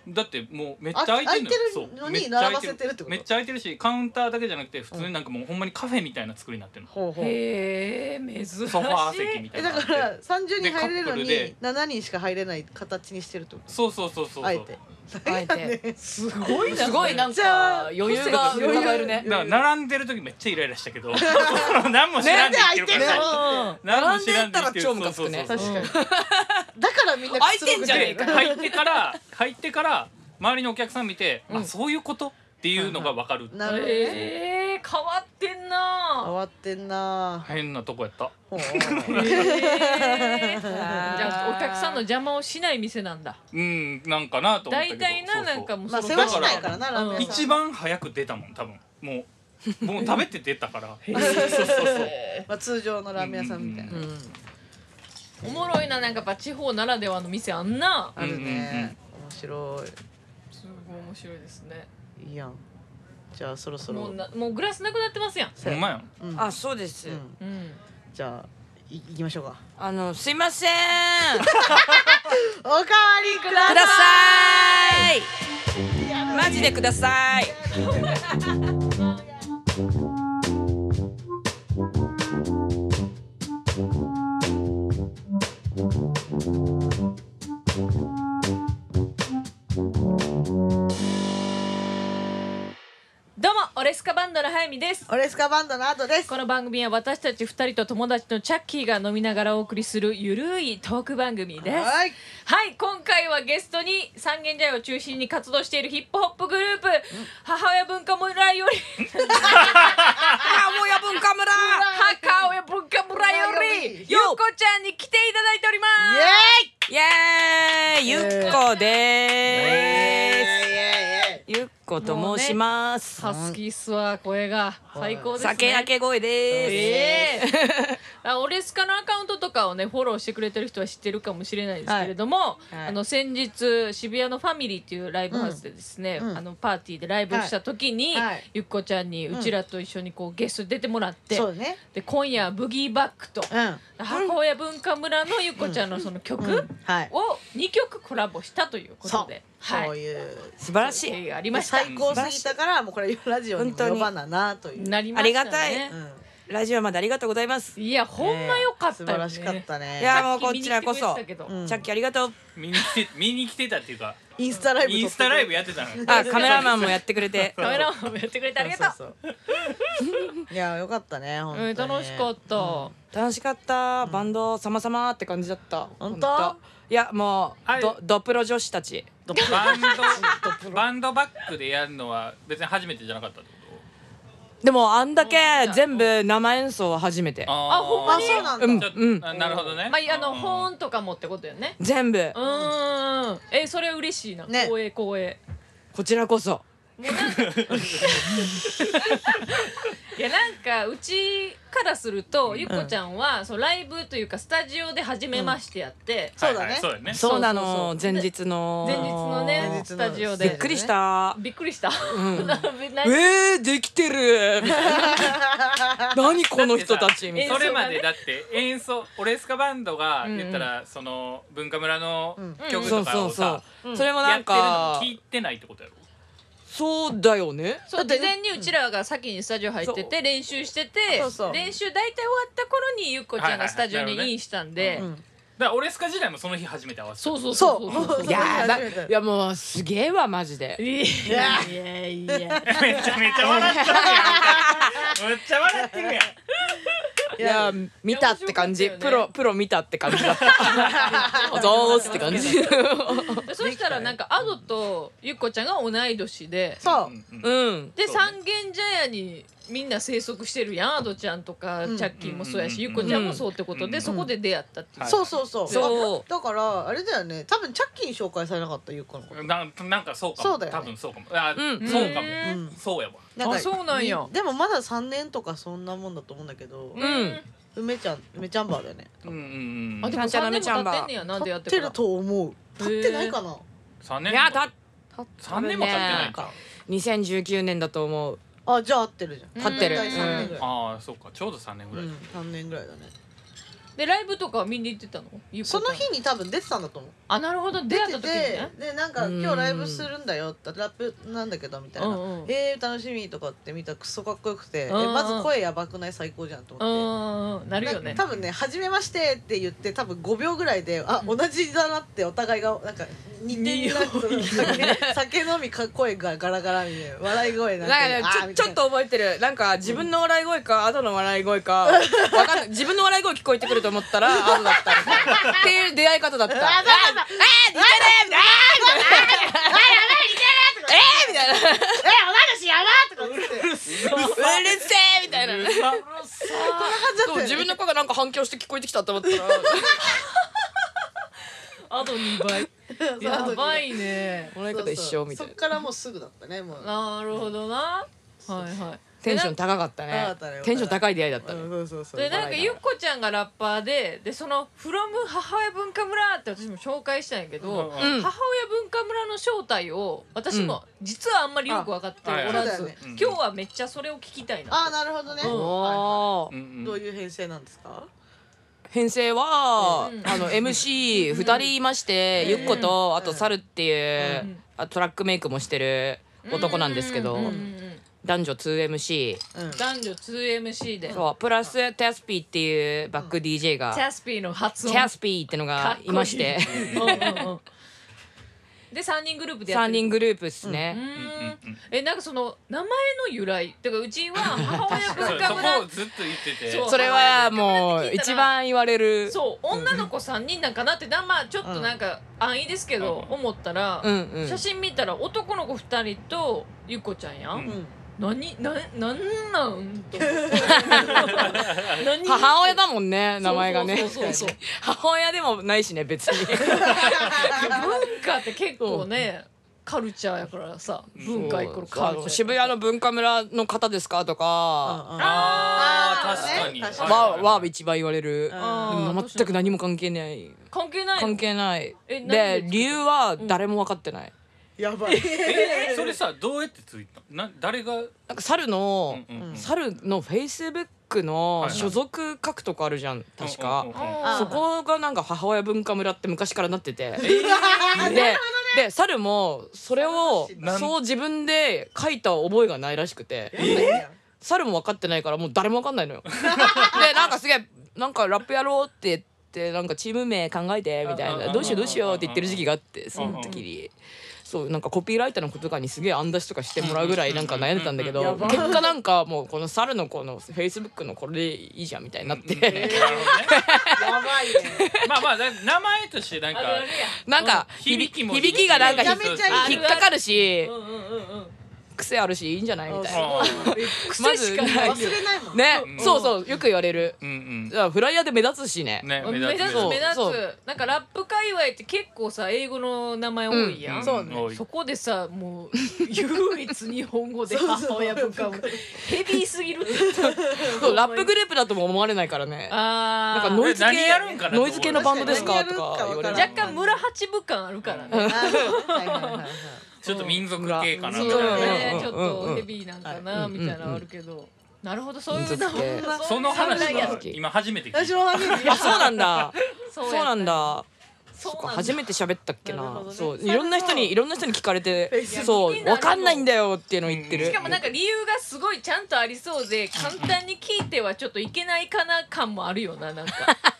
だってもうめっち
あ
ゃ空いてる
空いてるのに
めっちゃ空い
並ばせてるってこと
めっちゃ空いてるしカウンターだけじゃなくて普通になんかもうほんまにカフェみたいな作りになってるの、
ほうほう
へえ珍しい
ソファー席みた
え
いな
だ
のが
か
あって
ら三十人入れるの
でカップルで
に七人しか入れない形にしてるってこと
そうそうそうそうそう
あえて
あえて
すごいな
すごいなん
じゃあ
か余裕が
余裕
伺えるね
だから並んでる時めっちゃイライラしたけ ど何も知らんで言ってるからさ
う
何も知らんで言ってる
並んでたら超ムカつくね
そうそう
確
そ
か
う
にだから みんなくつろぐ
空いてんじゃねえか
で入ってから入ってから周りのお客さん見て、
う
あ
ん
そういうことっていうのが分かる、
なるほどね
えー変わってんな。
わってんな
変なとこやった
ほ う
へ ーじ
あー
ゃあお客さんの邪魔をしない店なんだ。
うんなんかなと思った
大
けど
体な
そうそう
なんかもう
まあ
そ
世
の
話しないからなラーメン
うん
屋さん
一番早く出たもん多分もうもう食べて出たからそうそうそう
へ
まあ通常のラーメン屋さんみたいな、
うん
ーおもろいななんかやっぱ地方ならではの店あんな。
あるね、面白
すごい面白いですね。
いいいやんじゃあそろそろ
もうなもうグラスなくなってますやん。
せ
ほんまや
うん
あ、そうです
う。ん
うん。
じゃあい行きましょうか
あの、すいません。
おかわりくだ
く
さい
ださい。マジでください。
どうもオレスカバンドの早見です。
オレスカバンドの後です
この番組は私たち二人と友達のチャッキーが飲みながらお送りするゆるいトーク番組です。
はい
はい今回はゲストに三軒茶屋を中心に活動しているヒップホップグループ母親文化村より
あ、もうや文化村。
母親文化村よりようこちゃんに来ていただいておりま
イ
す
イエーイ、ゆっこで
エーイイエーイイエーイ
す。ゆっこと申します。
ハスキースは声が最高ですね
酒焼け声で
ええあオレスカのアカウントとかをねフォローしてくれてる人は知ってるかもしれないですけれども、
はい
あの先日渋谷のファミリーっていうライブハウスでですね、
うんうん
あのパーティーでライブをした時に、
はいはい
ゆっこちゃんにうちらと一緒にこうゲストに出てもらって、
そうね
で今夜はブギーバックと、
うん
母親文化村のゆっこちゃんのその曲
うんはい
を2曲コラボしたということで、
そう、
はい、
いう
す。素晴らし
経
い。
緯がありました。
最高すぎたからもうこれラジオにも呼ばななという、
なりましたね。
ありがたい
うん
ラジオまでありがとうございます。
いやほんま良かった
素
よね。
晴らしかったね
いや
さっき
もうこちらこそ
見に来てくれてたけど
うん
チャッキーありがとう。
見に来て見に来てたっていうか
インスタライブ撮って
インスタライブやってたのよ
あ、カメラマンもやってくれて。
カメラマンもやってくれてありがとう。
そうそうそういやよかったね本当に
うん、楽しかった。
楽しかった。バンド様様って感じだった。
本当
いや、も
は
う、
い
ど、ドプロ女子たち。
バンドバンドバックでやるのは別に初めてじゃなかったってこ
でも、あんだ
あ
け全部生演奏は初めて
と。
あほんま
あ
に
そうなんだ、
うん
ちょっと
うん
あなるほどね
まあ、あの、保
ん
温とかもってことよね。
全部
う。ーん、え、それ嬉しいな。
ね
光栄光栄。
こちらこそ。
いや、なんか、うちからすると、ゆっこちゃんは、そう、ライブというか、スタジオで初めましてやって。
そうだね
はいはいそうだね
そうな
そ
の
うそうそ
前
う
日の
前日の
前
ね、
日の
スタジオ
び
で
っ。くりした
びっくりした。
ん
なな
えー、できてるみたいな何この人たちみたい
演奏
な
が
そ
ね
れまでだって演奏オレスカバンドが言ったらその文化村の
うん
曲
そう
とかを
そうそう
さ、
うん
それも
やっ
なん
てるの
か
聞いてないってことやろ
そうだよね
そう
だっ
事
てね
前にうちらが先にスタジオ入って
そ
て練習してて
そうそう
練習大体終わった頃にゆっこちゃんがスタジオ
はいはいなるほど
に
ね
インしたんで
うん
だからオレスカ時代もその日初めて合わせた
そうそう
そ
そうう
もうそ
そうう
いやー
初めて
だいやもうすげえわマジで
いやいやいや
めちゃめちゃ笑ってるやんめっちゃ笑ってるやん
いや見たって感じ、
面白
プ
かったよ
ロプロ見たって感じだったどうすって感じ
そしたらなんかアドとゆっこちゃんが同い年で
そう、
んん
うん
で
そうね
三軒茶屋にみんな生息してるやんアドちゃんとか
うん
チャッキーもそうやし
うん
ゆっこちゃんもそうってこと
う
で
ん
そこで出会ったっていう
はい
そうそうそう
そう
あだからあれだよね多分チャッキーに紹介されなかったゆうかのこと
ななんかそうか
そ
も
うだよね
多分そうかもあ、
うん
そうかも、
へ
ー
そうやわ
か
あそうなんや
でもまだ3年とかそんなもんだと思うんだけど、
うん
梅ちゃん梅ちゃんバーだよね
うんうんう
あ
ん
でも
ち
3
ゃんちゃんめ
年
ちゃん
も
ば
経ってんねやな出会っ
立って
て
る
か
と思う立ってないかな、
三
い
年
やだ
ら
三年も経ってないか、
2019年だと思う
あじゃあ合ってるじゃん
合ってる
大体3年ぐらい、
ああそうかちょうど三年ぐ
う
らい、
ん、3年ぐらいだね
でライブとか見に行ってたのゆっこちゃ
そ
ん
の日に多分出てたんだと思う
あなるほど出
出
会
て
った
て、
時にね
でなんか
うん
今日ライブするんだよってラップなんだけどみたいな、
うんうん
えー、楽しみとかって見たらクソかっこよくて、え
うんうん
まず声やばくない最高じゃんと
う
思って。
んうんうんなるよね
多分ね「初めまして」って言って多分5秒ぐらいであ同じだなってお互いがなんか似てるなって酒酒飲みか声がガラガラみたいな笑い声なんて
なん
あ
か
ー
ね
み
ち
た
ょ
いな
ちょっと覚えてるなんか自分の笑い声か後の笑い 声かわかんない自分の笑い声聞こえてくると思ったら後だったみたいなっていう出会い方だったあーあー似てるみたいなあーみたいなあーや
「え
ばい似てるえーみたいな
おならしやば!」とかっつって
うるせえみたいなそう自分の声がなんか反響して聞こえてきたと思ったら
あと2倍やばいね
この方一緒みた
そ
いな
っからもうすぐだったねもう
なるほどなはいはい
テンション
ン
高かった
高か
ね
ったね
テンション高い出会いだった
う
ね
んそうそうそう
でなんかゆっこちゃんがラッパーででその「from 母親文化村」って私も紹介したんやけど、
うん
母
う
親文化村の正体を私も実はあんまりよく分かっておら
あ
ず、
そうだよね
うん
今日はめっちゃそれを聞きたいな
ああなるほどね
うん
は
おー
い
ん
どういう編成なんですか
編成は、
うん
あの MC2 人いまして、
うん
ゆっことあとサルっていう、
うん
あトラックメイクもしてる男なんですけど、
うんうんうん
男女 2MC、
うん
男女 2MC で
そうプラステャスピーっていうバック DJ が、
チャスピーの発
チ
音
ャスピーっての
かっこ
が
いい
いまして
うんうんうんで3人グループ でやっ
3
てる
人グループっす
う
ね、
ーん
うんうん
えなんかその名前の由来ってかうちは母親
そう
文
そ
化
こを
村
ずっと言ってて
そう
それはもう
聞いた
一
ら
番言われる
そう女の子3人なんかなってなまあちょっとなんか安易ですけど
うん
思ったら、
うんうん
写真見たら男の子2人とゆっこちゃんや、
うんん
何ななんなん と思って何
母親だもんね名前がね
そうそうそうそう
母親でもないしね別に
文化って結構ねカルチャーやからさ文化イコールカ
あ
ルチャー
の渋谷の文化村の方ですかとか、
あ
あー
ー確かに
ね確かに
わ
はいはいはい
わ一番言われる、
あー
でも全く何も関係ない
関係ないの
関係ない
え
で
何で
理由は誰も分かってない、
やばい
えそれさどうやってついたな誰がうん
なんか猿
う
の、
んうん
猿のフェイスブックの所属書くとこあるじゃん確か、
うんうんうん
あー
そこがなんか母親文化村って昔からなっ てて、
あ
でで猿もそれを
なん
そう自分で書いた覚えがないらしくて猿も分かってないからもう誰も分かんないのよ。 でなんかすげえなんかラップやろうって言ってなんかチーム名考えてみたい
ああ
などうしようどうしようって言ってる時期があってそ
あ
の時に。そうなんかコピーライターの子とかにすげえ案出しとかしてもらうぐらいなんか悩んでたんだけど結果なんかもうこの猿の子のフェイスブックのこれでいいじゃんみたいになっ
うんなる
て
ほどね
やばいね
まあまあだ名前としてなんか
あるあるや
なんか
響きも
響きがなんか
めちゃめちゃいい
引っかかるし
うんうんうんうん
癖あるしいいんじゃないみたいな。
癖しかない
まず
忘れないもん
ね、
ん
そうそうよく言われる。
うん
じゃあフライヤーで目立つしね
うん。ね
目立つ
そう
目立
そ
つなんかラップ界隈って結構さ英語の名前多いやん、
ん
そうね
多い
そこでさもう唯一日本 語で母親文化もヘビーすぎるって言った
そうラップグループだとも思われないからね。
あ
なんか
ー
ノイズ系
何やるんかな
ノイズ系のバンドですかと
確
か
かに
言われ
何や
る
る。
若干村八分感あるからね、
あーはいはいはいはい
ちょっと民族系かな
そう
みたいな
だ
ね
ね、
うん
ちょっとヘビーなんかな、
うん
みたいなのあるけど、なるほどそういう
民族系
な
その話
そういう
は今初めて聞い
私
た
も初めて
あそうなんだ。
そ
そう
うやった
なんだ。
そう
そっか
なんだ
初めて喋ったっけ
なるほ
な
ど。ね
そういろんな人にいろんな人に聞かれて、
Facebook
そうわかんないんだよっていうのを言ってる。
しかもなんか理由がすごいちゃんとありそうで簡単に聞いてはちょっといけないかな感もあるよななんか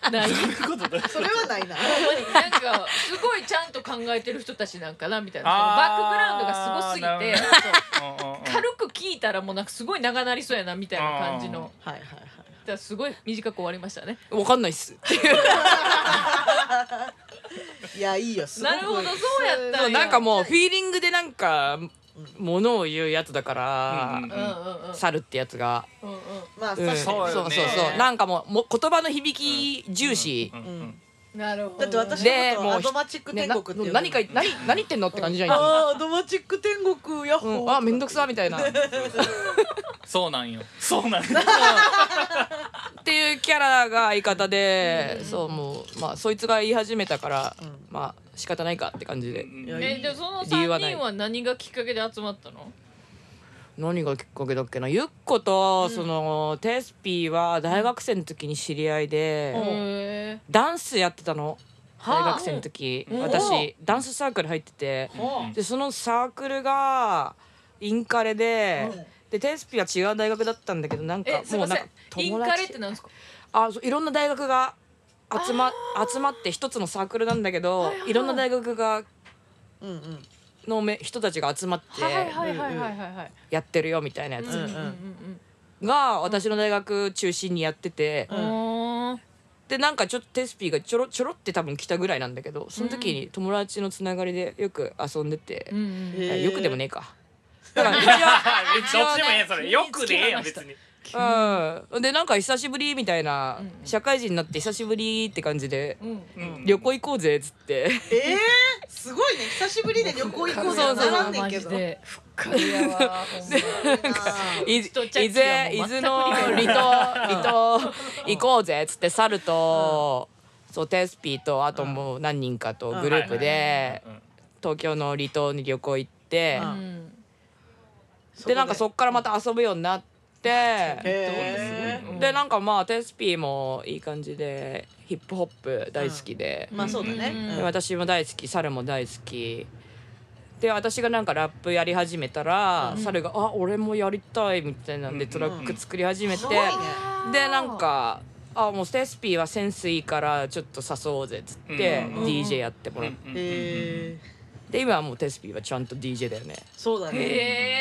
ない
それはないな
なんかすごいちゃんと考えてる人たちなんかなみたいなその
あー
バックグラウンドがすごすぎ
なる
て
ほうんうんうん
軽く聞いたらもうなんかすごい長なりそうやなみたいな感じの
はいはいはい
だからすごい短く終わりましたね
わかんないっす。
いやいいよすごく
なるほどそうやったんや
そうなんかもうフィーリングでなんかものを言うやつだか
う
ら
ん
うんうんうん
猿ってやつが。
うんうん
まあ
うん
確かに
そう
そ
よ
うそう
ね
そう。なんかもうもう言葉の響き重視。
うんうん
なるほど
だって私
で
のこと
もう
アドマチック
ね
天
な
国って呼んでる
何か何何言ってんのって感じじゃん今。
あーアドマチック天国やっ
う
ほ
ん、あめんどくさみたいなっ
そうなんよそうなんよ
ていうキャラが相方でそうもうまあそいつが言い始めたから、まあ仕方ないかって感じで
いやいい
えじゃあその
理由は
3
ない
人は何がきっかけで集まったの
何がきっかけだっけなゆっこと、そのテスピーは大学生の時に知り合いで、
へー
ダンスやってたの
はあ
大学生の時、
うん
私ダンスサークル入ってて、
ほ
でそのサークルがインカレで、
うん
でテスピーは違う大学だったんだけどなんか
えすい
も
ま
うな
せ
んか
んインカレってなんですか
あそういろんな大学が集ま集まって一つのサークルなんだけど、いろんな大学が
ううんうん
のめ人たちが集まっ
はいはい
て
はいはいはいはいはい
やってるよみたいなや
うんうん
つ
うん
が私の大学中心にやってて、
うんうんおー
でなんかちょっとテスピーがちょろちょろって多分来たぐらいなんだけどその時に友達のつながりでよく遊んでて
う、んうん
あよくでもねえかだから一応
どっちでもええそれよくでええやん
見つけ
別に
うん、でなんか久しぶりみたいな、社会人になって久しぶりって感じで、
うん
うん
旅行行こうぜっつって
ええー、すごいね久しぶりで旅行行こう
そ
と
うそう
ならんねん
マ
け
ジ
ど
で
あ
とチャッチはもう全く
い伊豆伊豆の離島離島行こうぜっつって猿と、そうテスピーとあともう何人かとグループで
うん
東京の離島に旅行行って、
うん
うん
ー
でなんかそっからまた遊ぶようになって。
へ
うん
でなんかまあテスピーもいい感じでヒップホップ大好きで、
ーまあそうだね、
うん
で私も大好き猿も大好きで私がなんかラップやり始めたら、猿が「あ俺もやりたい」みたいなんで
うん
トラック作り始めて、
すごいね
でなんか「あもうテスピーはセンスいいからちょっと誘おうぜ」っつって、
うん
DJ やっても
うん
ら
う
っ
ん
て、
うん
えー、
で今はもうテスピーはちゃんと DJ だよね
そうだね、
へ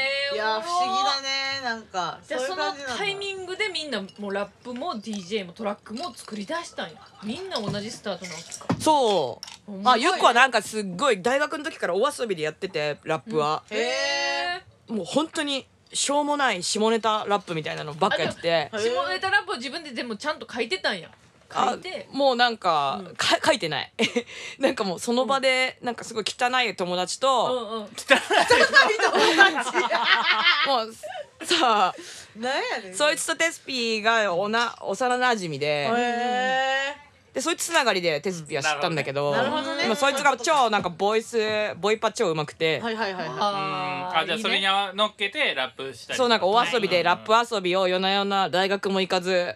え
いやー不思議だねなんか
じゃあ
うい
そうの
感じなんだ
タイミングでみんなもうラップも DJ もトラックも作り出したんやみんな同じスタートなんですか
そう、
面白
あ
いね
ゆっこはなんかすっごい大学の時からお遊びでやっててラップは、
へえ
もう本当にしょうもない下ネタラップみたいなのばっかやってて。
ー
下ネタラップを自分ででもちゃんと書いてたんや書いて
もうなんか,、か書いてない なんかもうその場でなんかすごい汚い友達
うん
と、
うん
もうさあ
ー、なんやねん
そいつとテスピーがおな幼馴染みで、
へ
でそいつつながりでテスピーは知ったんだけど
なるほどね
でもそいつが超なんかボイスボイパ超うまくて、
ー、はいはいはいは
あー
あじゃあそれ
い
に
いね
合わ乗っけてラップしたり
そうなんかお遊び
は
で
い
ラップ遊びを夜な夜な大学も行かず。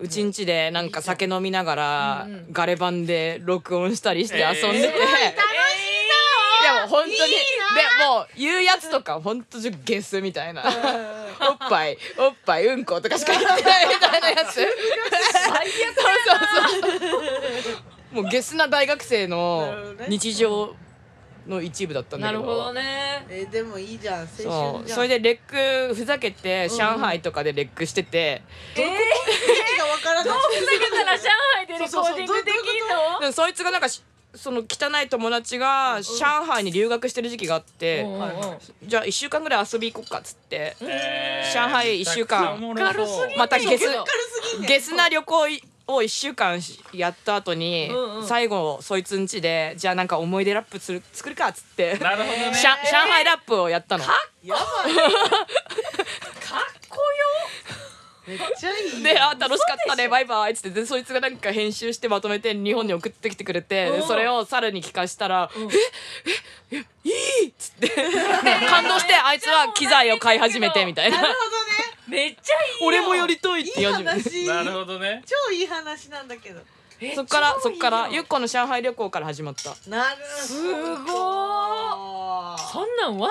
うちんちでなんか酒飲みながらガレ版で録音したりして遊んでて、
えー
いやもう本当にでもう言うやつとか本当にゲスみたいなおっぱいおっぱいうんことかしか言ってないみたいなやつそうそうそうもうゲスな大学生の
なるほどね
日常の一部だったんだ
な
け
る
ど
ほどね
いえー、でもいいじゃん青春じゃ
そ
ん
うそれでレックふざけて上海とかでレックしてて、
ええ
意味がわからない
ふざけたら上海でレコーディングでき
でもそいつがなんかしその汚い友達が上海に留学してる時期があって、
んの
じゃあ1週間ぐらい遊び行こっかっつって、
えー
上海一週間
めちゃくちゃおもろそう
またゲス
すぎんねん
ゲスな旅行を1週間しやった後に、
うんうん
最後そいつん家でじゃあなんか思い出ラップする作るかっつっ て、
なるほどね
しゃ上海ラップをやったの。
やばい
かっこ
めっちゃいい
で「あ楽しかったねバイバイ」っつってでそいつがなんか編集してまとめて日本に送ってきてくれてでそれを猿に聞かしたら「えええいい!」っつって 感動してあいつは機材を買い始めてみたい
な
な
る
よめっちゃ
「
いいよ
俺もやりたい」って
ほどねいい
言い始めて
話
なるほどね
超いい話なんだけど
え
そっから
超
そ
い
っ
い
から
よ
ゆっこの上海旅行から始まった
なる
すごーそんなん忘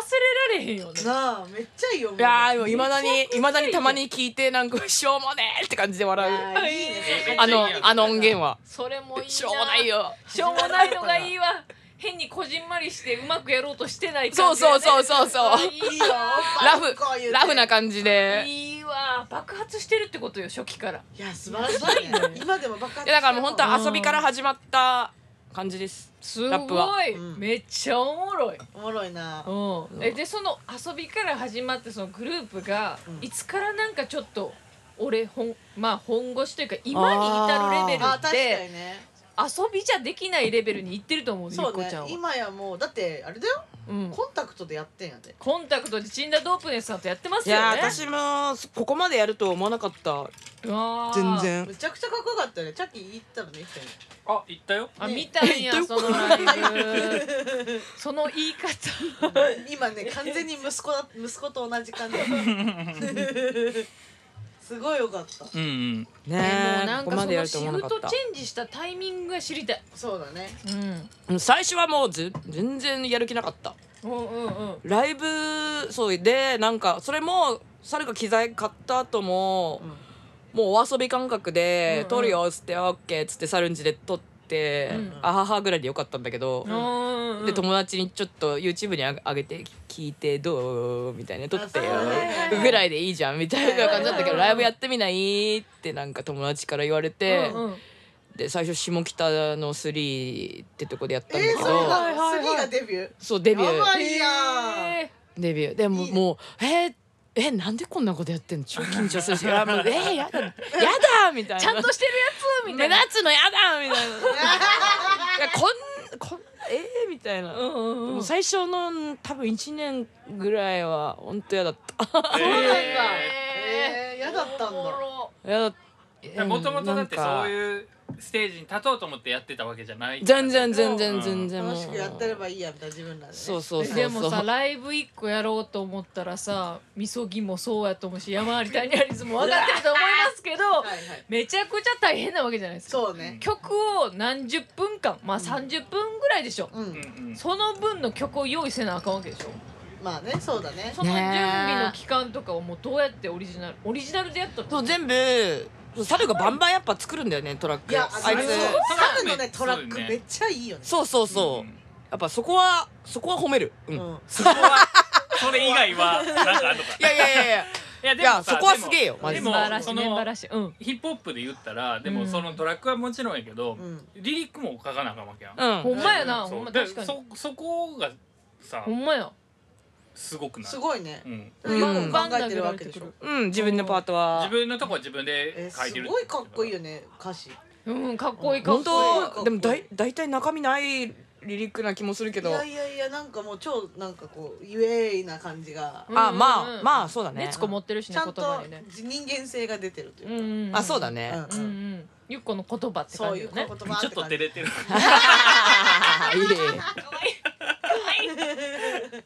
れられへんよね
なあめっちゃいいよ
いやーでもいまだ にいまだにたまに聞いてなんか「しょうもねえ!」って感じで笑う
あーいいね
えー
あの
めっちゃいいやん
あの音源は
それもいいな
「しょうもないよ
しょうもないのがいいわ変にこじんまりしてうまくやろうとしてない」
そ
感
う
じが
そ
ね
うそうそうそう
い
い
い
いよ
ラフラフな
感
感じで
いいわ爆発してるってことよ初期から
じいや素晴らしいね今でもバカ
いやだからもう本当は遊びから始まった感じです。
す
ラップ
ご
はい
うん
めっちゃおもろい
おもろいな
うん、えでその遊びから始まってそのグループが、
うん
いつからなんかちょっと俺本まあ本腰というか今に至るレベル
あー確
っ
か
て
にね
遊びじゃできないレベルにいってると思うゆっ
そう
こ
ね
ちゃんは、
今やもうだってあれだよ
うん、
コンタクトでやってんやで
コンタクトでチンダドープネスさんとやってます
い
よね
やー私もここまでやるとは思わなかった
うわ
全
ー
然
めちゃくちゃかっこよかったよねチャッキー行ったのね行ったよね
あ行ったよ
あ
ね
見たんや
え
そのライブ その言い方
今ね完全に息子だ息子と同じ感じすごいよかった
うんうん
も
ね
う
え
なん
ここ
か
ま
そ
でや
の
ると
シ
思わ
フ
なかっ
トチェンジしたタイミングが知りたい
そうだね
うん
た最初はもうず全然やる気なかった
うんうんうん
ライブそうでなんかそれも猿が機材買った後も、もうお遊び感覚で「撮るよ」っつって「オッケー」っつって猿んちで撮って「あはは」ぐらいでよかったんだけど、
うんうん
で友達にちょっと YouTube にあ上げて聞いてどうみたいな撮ってよ
あそうはいはいはい
ぐらいでいいじゃんみたいな感じだったけどライブやってみないってなんか友達から言われて
うんうん
で最初下北の3ってとこでやっ
え
たんだけ
ー、
ど
そう
はい
だ
はいはい
次がデビュー
そうデビュ
やば
ー
いやん
え
デビューでも
いいね
もうえーえなんでこんなことやってんの超緊張するしいやもうえー、やだやだみたいな
ちゃんとしてるやつみた
目
いな。
立つのやだみたいないやこんこんえー、みたいな、
うんうんうん
もう最初の多分1年ぐらいは本当嫌だった
そうなんだえー、
え
嫌だったん
おも
だ
ろ
やだ
ーもともとだってそう
う
いうステージに立とうと思ってやってたわけじゃない
全然全然全然もう
楽しくやってればいいやみたいな自分らで
そうそうそうそう
でもさ ライブ一個やろうと思ったらさみそぎもそうやと思うし山あり谷ありずも分かってると思いますけど
はいはい
めちゃくちゃ大変なわけじゃないですか
そうね
曲を何十分間まあ30分ぐらいでしょ
うん、
うんうん
その分の曲を用意せなあかんわけでしょ
まあねそうだね
その準
ねえ
備の期間とかをもうどうやってオリジナルオリジナルでやった
そ
の
う全部猿がバンバンやっぱ作るんだよねトラック
いや
あい
あれそ
つ
う
あいつ
猿のねトラック
そうね
めっちゃいいよね
そうそうそう、
うん
やっぱそこはそこは褒める、うん、
う
い
ん、
そこはそれ以外はなんかあるのか
やいやいやいや
いや
いやそこはすげえよマ
で
ジで
素
も
晴らし
そ
いメンバー
の
らしいうん
ヒップホップで言ったらでもそのトラックはもちろんやけど、
うん
リリックも書かなあかんわけやん、
う
ほ
ん
んまやな
そ
ほ
うん
ま
で
確かに
そそこがさ
ほんまや
すごくない
すごいね
う、ん、
うん
よく考えてるわけでしょ、
うん自分のパートは
自分のとこは自分
え
で書いて
す
る
ごいかっこいいよね歌詞
うんかっこいいかっ
本
こいい
かっこい
当
い
でもだい大体中身ないリリックな気もするけ
い
ど
やいやいやなんかもう超なんかこうゆえいな感じが、
あま
うんうんう
あ
ん
まあそうだね
熱子持ってるし
ち
ね
ゃ
言
んと
葉にね
人間性が出てるという
う
か、
んうんん
あそうだ
う
ね、
ん
うんうんゆっこの言葉って
そ
感
う
じ
いう
よ
言
ね
葉って
ちょっと
感
照
じ
れてる
いえいえ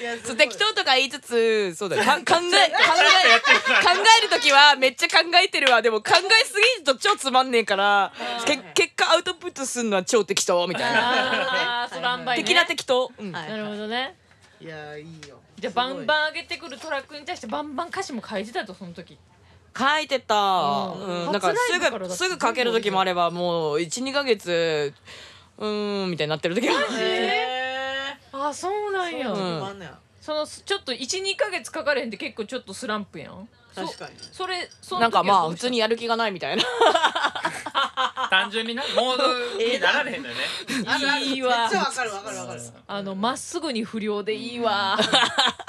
いやす
そ
ご
う
い
適当とか言いつつそうだねか考え考え考える時はめっちゃ考えてるわでも考えすぎると超つまんねえからけ結果アウトプットするのは超適当みたいな
あーそらんばいね
的な適当、うん
はい
なるほどね
いやいいよ
じゃあバン
ン
バン上げてくるトラックに対してバンバン歌詞も書いてたとその時
書いてた、
うん
うん、なんか
初
す
ライブからだ
ぐ
って
すぐ書ける時もあればもう12ヶ月うーんみたいになってる時も
へ
あそうなんや
ー
そ,、
うん
バンだよ
のちょっと12か月かかれへんって結構ちょっとスランプやんそ
確かに
それその時は
なんかまあ
どう
普
した
通にやる気がないみたいな
単純になモードになられへんだよね
あるある
いいわ
めっちゃわかるわかるわかる
あのまっすぐに不良でいいわ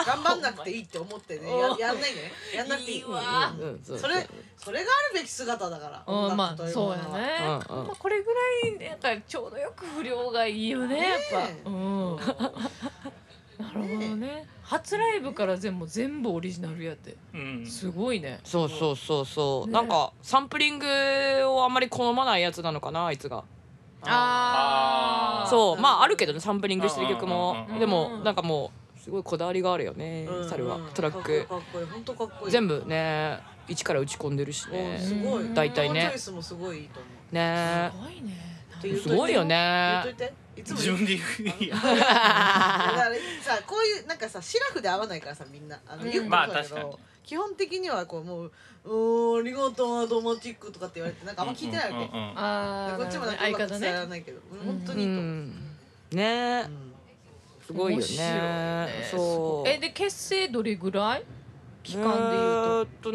頑張んなくていいって思ってねややんないねやんなくていい
いいわ
うんそう
それそれがあるべき姿だから
うんまあそうや
ね
ね、
うんうん
まあ、これぐらいやっぱちょうどよく不良がいいよねやっぱ、
ねえ
うんなるほどね初ライブから全部全部オリジナルやって
うん
すごいね
そうそうそうそう、
ね
なんかサンプリングをあんまり好まないやつなのかなあいつが
あー
そうまああるけどねサンプリングしてる曲
うん
も
うんうんうん
でもなんかもうすごいこだわりがあるよね
うん
猿は
うん
トラック
かっこいいかっこいい本当かっこいい
全
部
部ね一から打ち込んでるしね
すごい
大体ね
このチョイスもすごいいいと思
ね
すごいね
う
すごいよ
言
ね
っといていつも
自
言う
分で言ういや
だからさこういうなんかさシラフで合わないからさみんなあの、
うん
ゆっくり
まあ
そうだけど
確かに
基本的にはこうもう「うーんありがとうドマチック」とかって言われてなんかあんま聞いてないわけ、
うんうんうん
ああ
こっちもなんかう
相
まく
方
伝えられ
ね
ないけど、うん
ん
本当
う
にいいと思う、
んね
うん
すごいよ
面白い
ねそう
えで結成どれぐらい期間で
え
言うと
ーっと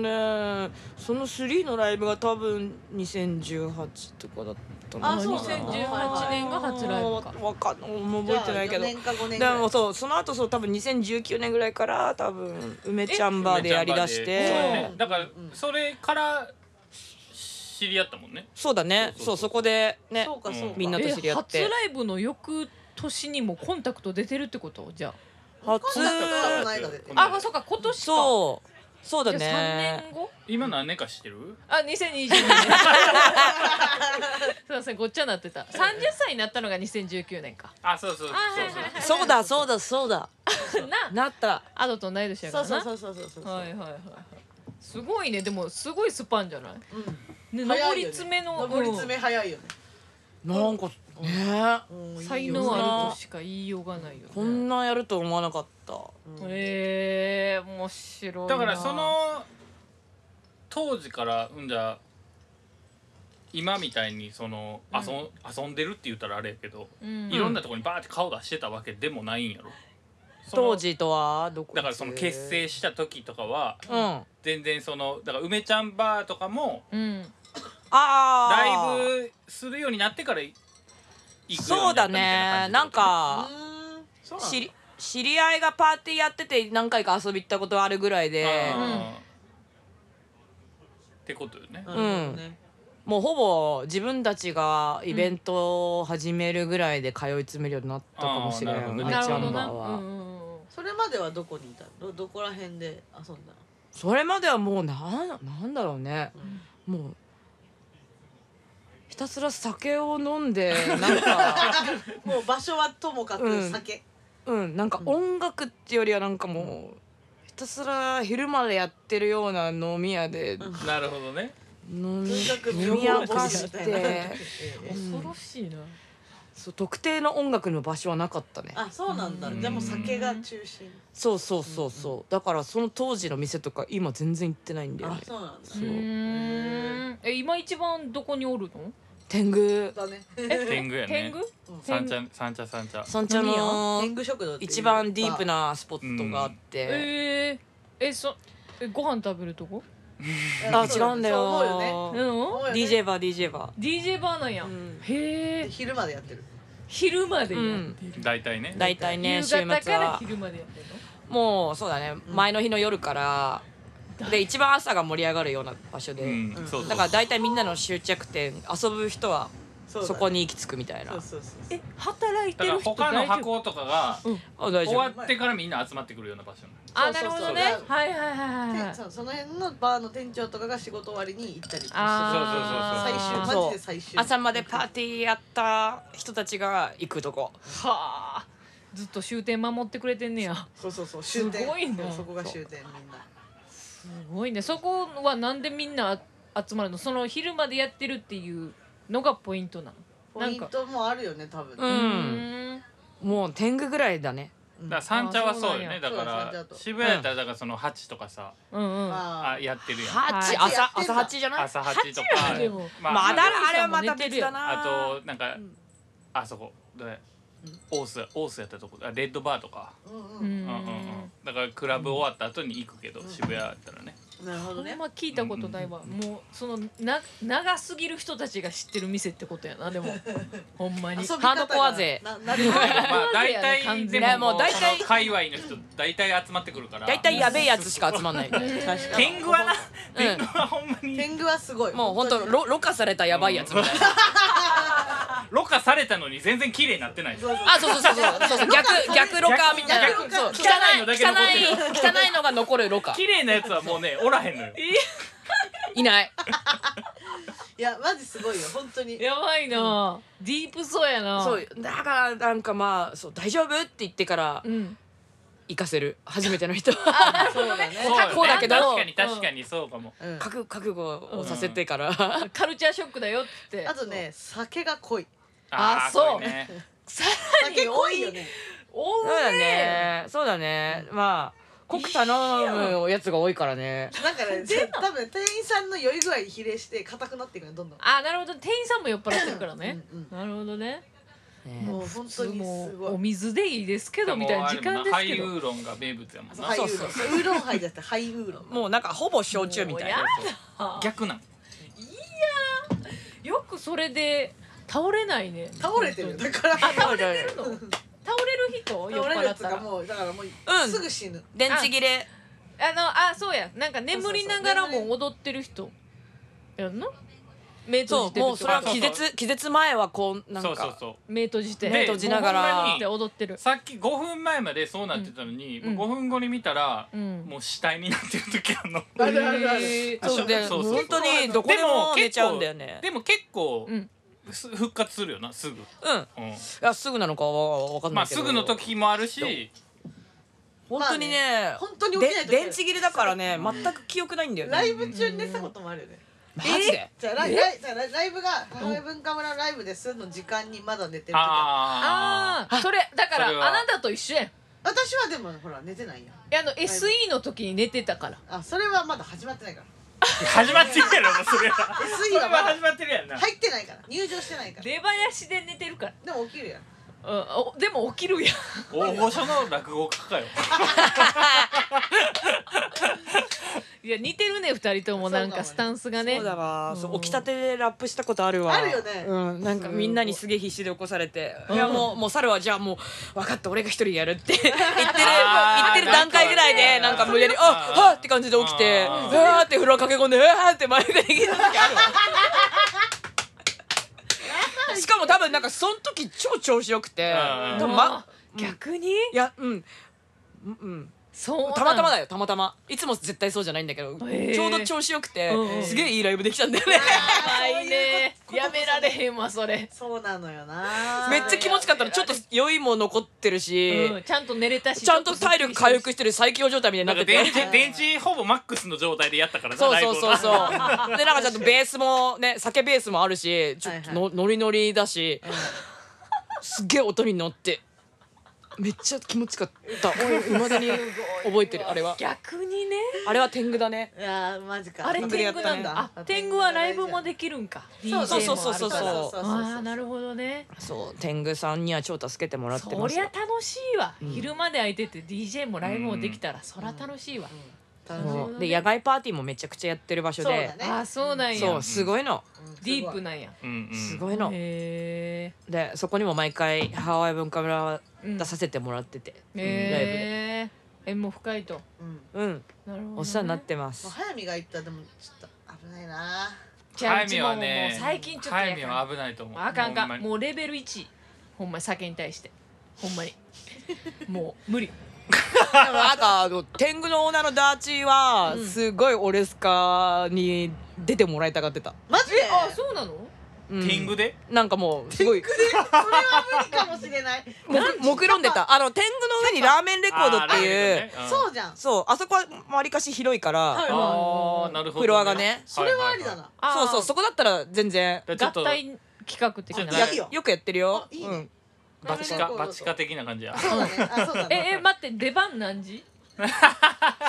ねその3のライブが多分2018とかだったのかな
あそうなんだ
2018年が初ライブか
わかんもう覚えてないけど
じゃあ4年か5年ぐ
で
らい
もそうその後そう多分2019年ぐらいから多分梅チャンバーでやりだし
そう
て
梅
だ
チャンバーで
ねだからそれから知り合ったもんね
そうだね
そ
そ
そう
う
そう
うそこでね
そうかそうか
みんなと知り合って
え初ライブの翌年にもコンタクト出てるってことじゃ
初
コンタクトはこの間で
こんな
ああそうか今年か
そうそうだ
じゃあ3
ね
年後
今何年か知ってる
あ、2022年。すみません、ごっちゃになってた。30歳になったのが2019年か。
あそうそうそう
あはいはい
そう
そうだそうだそうだ
な、
なった
アドと同い年やか
そ
ら
う
な。
そうそうそうそうそう、
はいはいはいはい。すごいね、でもすごいスパンじゃない。
うん
ね、
早いよね
上り詰めの。
上り詰め早いよね、
なんかね
うん
う
いい
ん
よ
才能あるとしか言いようがないよ
こ
ね。
んなやると思わなかった
ええ、面白いな。
だからその当時からうんじゃ今みたいにその遊,、ん、遊んでるって言ったらあれやけど、
うん、
いろんなところにバーって顔出してたわけでもないんやろその
当時とはどこ
だからその結成した時とかは
うんあ
全然そのだから梅ちゃんバーとかも
うん。
あ
ライブするようになってから行くようにな
そう
った
だ
みたいな感じ
ねなんか
うんそうなの
知り知り合いがパーティーやってて何回か遊び行ったことあるぐらいで
あーってことよね、
なるほどね
もうほぼ自分たちがイベントを始めるぐらいで通い詰めるようになったかもしれない、
うん
ん、
あー
ア
な
イ
る
チ
ほ
ャン
ど
バー
な。う
は、
んうんうん
それまではどこにいたのどどこら辺で遊んだの
それまではもうなんなんだろうね、もうひたすら酒を飲んでな んか
もう場所はともかく酒、
うんなんか音楽ってよりはなんかもうひたすら昼までやってるような飲み屋で
ん
なるほどね
飲み
とにかく
飲み明かし
みたいな
て
ええ
恐ろしいな。
そう特定の音楽の場所はなかったね
あそうなんだじゃあもう酒が中心
そうそうそうそう、だからその当時の店とか今全然行ってないんだよ
あ
ね
そうなんだ
そう
うーんえ今一番どこにおるの？
天狗
だね
天狗やね
天狗？
三茶三茶三茶
三茶の
天狗食堂っていう
一番ディープなスポットがあって、
えー、えそえご飯食べるとこ？
あ違うんだよ
そう思うよね
うん
思うよね
DJ バー DJ バ
DJ バーなんや、
ん
へえ
昼までやってる
昼まで
ー、
や、
うん、
大体ね
大体ね
夕
週末
方から
は
昼までやってるの
もうそうだね前の日の夜からで一番朝が盛り上がるような場所で、
うんそうそう
だから大体みんなの終着点遊ぶ人は
そうだね
そこに行き着くみたいな、
そうそうそう
え働いて
だか
る
ら
人
他の
大丈夫
箱とかが
あ大
終
丈
わ
夫
ってからみんな集まってくるような場所
あなるほどね
そうそうそう
はいはいはいはい
でそその辺のバーの店長とかが仕事終わりに行ったり
あ
最
ー
終
そう
マジで最終
朝までパーティーやった人たちが行くとこ
はあずっと終点守ってくれてんねや
そうそうそう終点
すごいな
そうそこが終点みんな
すごいねそこはなんでみんな集まるのその昼までやってるっていうのがポイントなの
ポ
なん
イン
か
トもあるよね多分ね
うん
うーん
もう天狗ぐらいだね
だから三茶はそうよ
あー
ねだ
そう
か
なんやそうだ三茶だ
ら
と
渋谷やったらだからその八とかさ
うんうん
あ
あやってるやん
八
はい
朝朝八じゃない
朝八とか
八はでも
まあだ
ら
らあれはまた別だな
あとなんかあそこどれオースオースやったとこあレッドバーとか
ーうん
うんう
うん
うんんうんうんだからクラブ終わった後に行くけど渋谷やったらね
んなるほ
こ
ど
れ
ね
は聞いたことないわ、もうそのな長すぎる人たちが知ってる店ってことやな でもほんまに
遊び方が
ハードコア勢
ななるほ
ま
ど
あ大体でももう
大体
その界隈の人大体集まってくるから
大体やべえやつしか集まんないみたいな
確かに
天狗はな天
う
狗はほんまに
天狗はすごい
もう本当
に
ろろ過されたやばいやつみたいな
ろ過されたのに全然綺麗になってな い
そうそう
あそうそうそうそうそうそう逆逆ろ過みたいな
逆
そう汚
逆
い
汚いの
汚
だ
い
け残ってる
汚いのが残るろ 過
綺麗なやつはもうねおらへんのよ
いない
いやマジすごいよ本当に
やばいな、ディープそうやな
そうだからなんかまあそう大丈夫って言ってから
うん
行かせる初めての人は
そうだね
そうよね
こうだけど
確かに確かにそうかも
うん
覚覚悟をさせてから
カルチャーショックだよって
あとね酒が 濃い
あ
ー
そう
これね
さら
酒
に多
濃
い
い
よ
よ
ね
ね
多
そうだ
いね
ねそうだねまあ濃く頼むやつが多いからね
なんかね多分店員さんの酔い具合に比例して硬くなっていくねどんどん
あなるほど店員さんも酔っ払ってるからね
うん
なるほどね
ね
もう本当に
も
す
う
ご
お
い
水でいいですけどみたいな時間ですけど
ハイウーロンが名物やもんな
ハイウ
そう
ー
そ
ロ
う
ンウーロンハイじゃなくてハイウーロン
もうなんかほぼ焼酎みた
もう
い
や
な
逆なん
よくそれで倒れないね
倒れてるよだから
倒れてる
倒れる人酔っ
倒れる
払
や
っ
つ
た
が
ら
もうだからもう
うん
すぐ死ぬ
電池切れ
あのあそうやなんか眠りながら
そうそう
も踊ってる人やんな目閉
そ
じ
う
てる
も
と
うそれは
か
気絶気絶前はこうなん
そうそう
か
そう
目閉じて
で
目
閉じながら
もうほん
で
まに
踊ってる
さっき5分前までそうなってたのに、
うん
5分後に見たら、
うん
もう死体になってる時あんの
あるあるある
へー
そうで
そうそうそう
本当にどこでも寝ちゃうんだよね
でも結構
うん
す復活するよなすぐ、
うんい
うん
やすぐなのかはわかん
ま
な
あ
いけど
すぐの時もあるし
本当にね
本当に起きない
で
と
電池切れだからね全く記憶ないんだよ
ライ
ね
ブ中に寝てたこともあるよね
マジで
じゃあライライじゃあライライブが「母親文化村ライブです」の時間にまだ寝てる時あ
あ
ああそれだから
それは
あなたと一緒やんい
私はでもほら寝てないやん
やあの SE の時に寝てたから
あそれはまだ始まってないから
あ 始まってるやろもうそれは
SE
それ
は
は
まだ
始まってるやんな、
入ってないから入場してないから
出囃子で寝てるか
でも起きるやん
らうんおでも起きるやん
大御所の落語家かよ
いいや似てるね二人ともなんかスタンスがね
そうだわ、
うん
そう起きたてでラップしたことあるわ
あるよね
うん、なんかみんなにすげえ必死で起こされて「いやもうもう猿はじゃあもう分かった俺が一人やる」って言ってる
あ
言
ー
ってる段階ぐらいで
な
なんん
か
か無理やり
あ
「あ
ー
はっ!」って感じで起きて「う
あー
わ」って風呂駆け込んで「うわ」って前で逃げた時あるわしかも多分なんかその時超調子よくて
あー
多分
ま
ま、
逆に
いやうんうんうん
そうなの
たまたまだよたまたまいつも絶対そうじゃないんだけど、
へー
ちょうど調子よくて、
うんうん
すげえいいライブできたんだよね
可愛いねやめられへんわそれ
そうなのよな
めっちゃ気持ちよかったのちょっと酔いも残ってるし、
うんちゃんと寝れたし
ちゃんと体力回復してる最強状態みたいにな
なん
っ
か
てて
電池電池ほぼマックスの状態でやったからな
そう
ライブ
そ
を
う
な
そうそうでなんかちょっとベースもね酒ベースもあるしちょっとの、
は
ノリノリだし、すっげえ音に乗ってめっちゃ気持ちよかったいまだに覚えてるあれは
逆にね
あれは天狗だね
いやーマジか
あれ
本当に
天
やっ
狗
た
なんだあ天狗はライブもできるんか
そうそうそうそう
DJ もあるから
そう
そうそうそうそう
ああなるほどね
そう天狗さんには超助けてもらって
そ
まし
りゃ
た
楽しいわ、昼まで空いてて DJ もライブもできたら、そら楽しいわ、
楽しい
そ
ほど
う
ね
で野外パーティーもめちゃくちゃやってる場所
そう
で
だね
ああそうなんや
そう,、すごいの
ディープ
な
なんや
うんうん
すごいの、
へ
でそこにも毎回ハワイ文化村は
うん
出させてもらってて、
え
ライブで
へえ縁も深いと
うん
うん
なるほど、ね、
お世話になってます、
早見が言ったでもちょっと危ないな
じゃあ
ハ
う
イ
ち
ミ
も
は
も
ね
う最近ちょっと
ハ
や
イ
か
ミ
ら
は危ないと思う
あかんか
ほまに
もうレベル1ほんまに酒に対してほんまにもう無理
でもなんかあの天狗のオーナーのダーチーはすごいオレスカに出てもらいたがってた、
マジで
ああそうなの
うん
天狗で
なんかもうすごい
それは無理かもしれ ない
もく目論んでたあの天狗の上にラーメンレコードっていう、
あー
そうじゃん
そうあそこはわりかし広いから、
はい
あーなるほどね
フロアがね
それはありだ
いい
な
そうそうそこだったら全
い
然
だからちょ
合
っと
体企画的
ちょっと
な
や
や
いい
よ
よくやってるよ
あいいね
バチカバチカ的な感じや
そうだねあそうだ
え
ね
え待って出番何時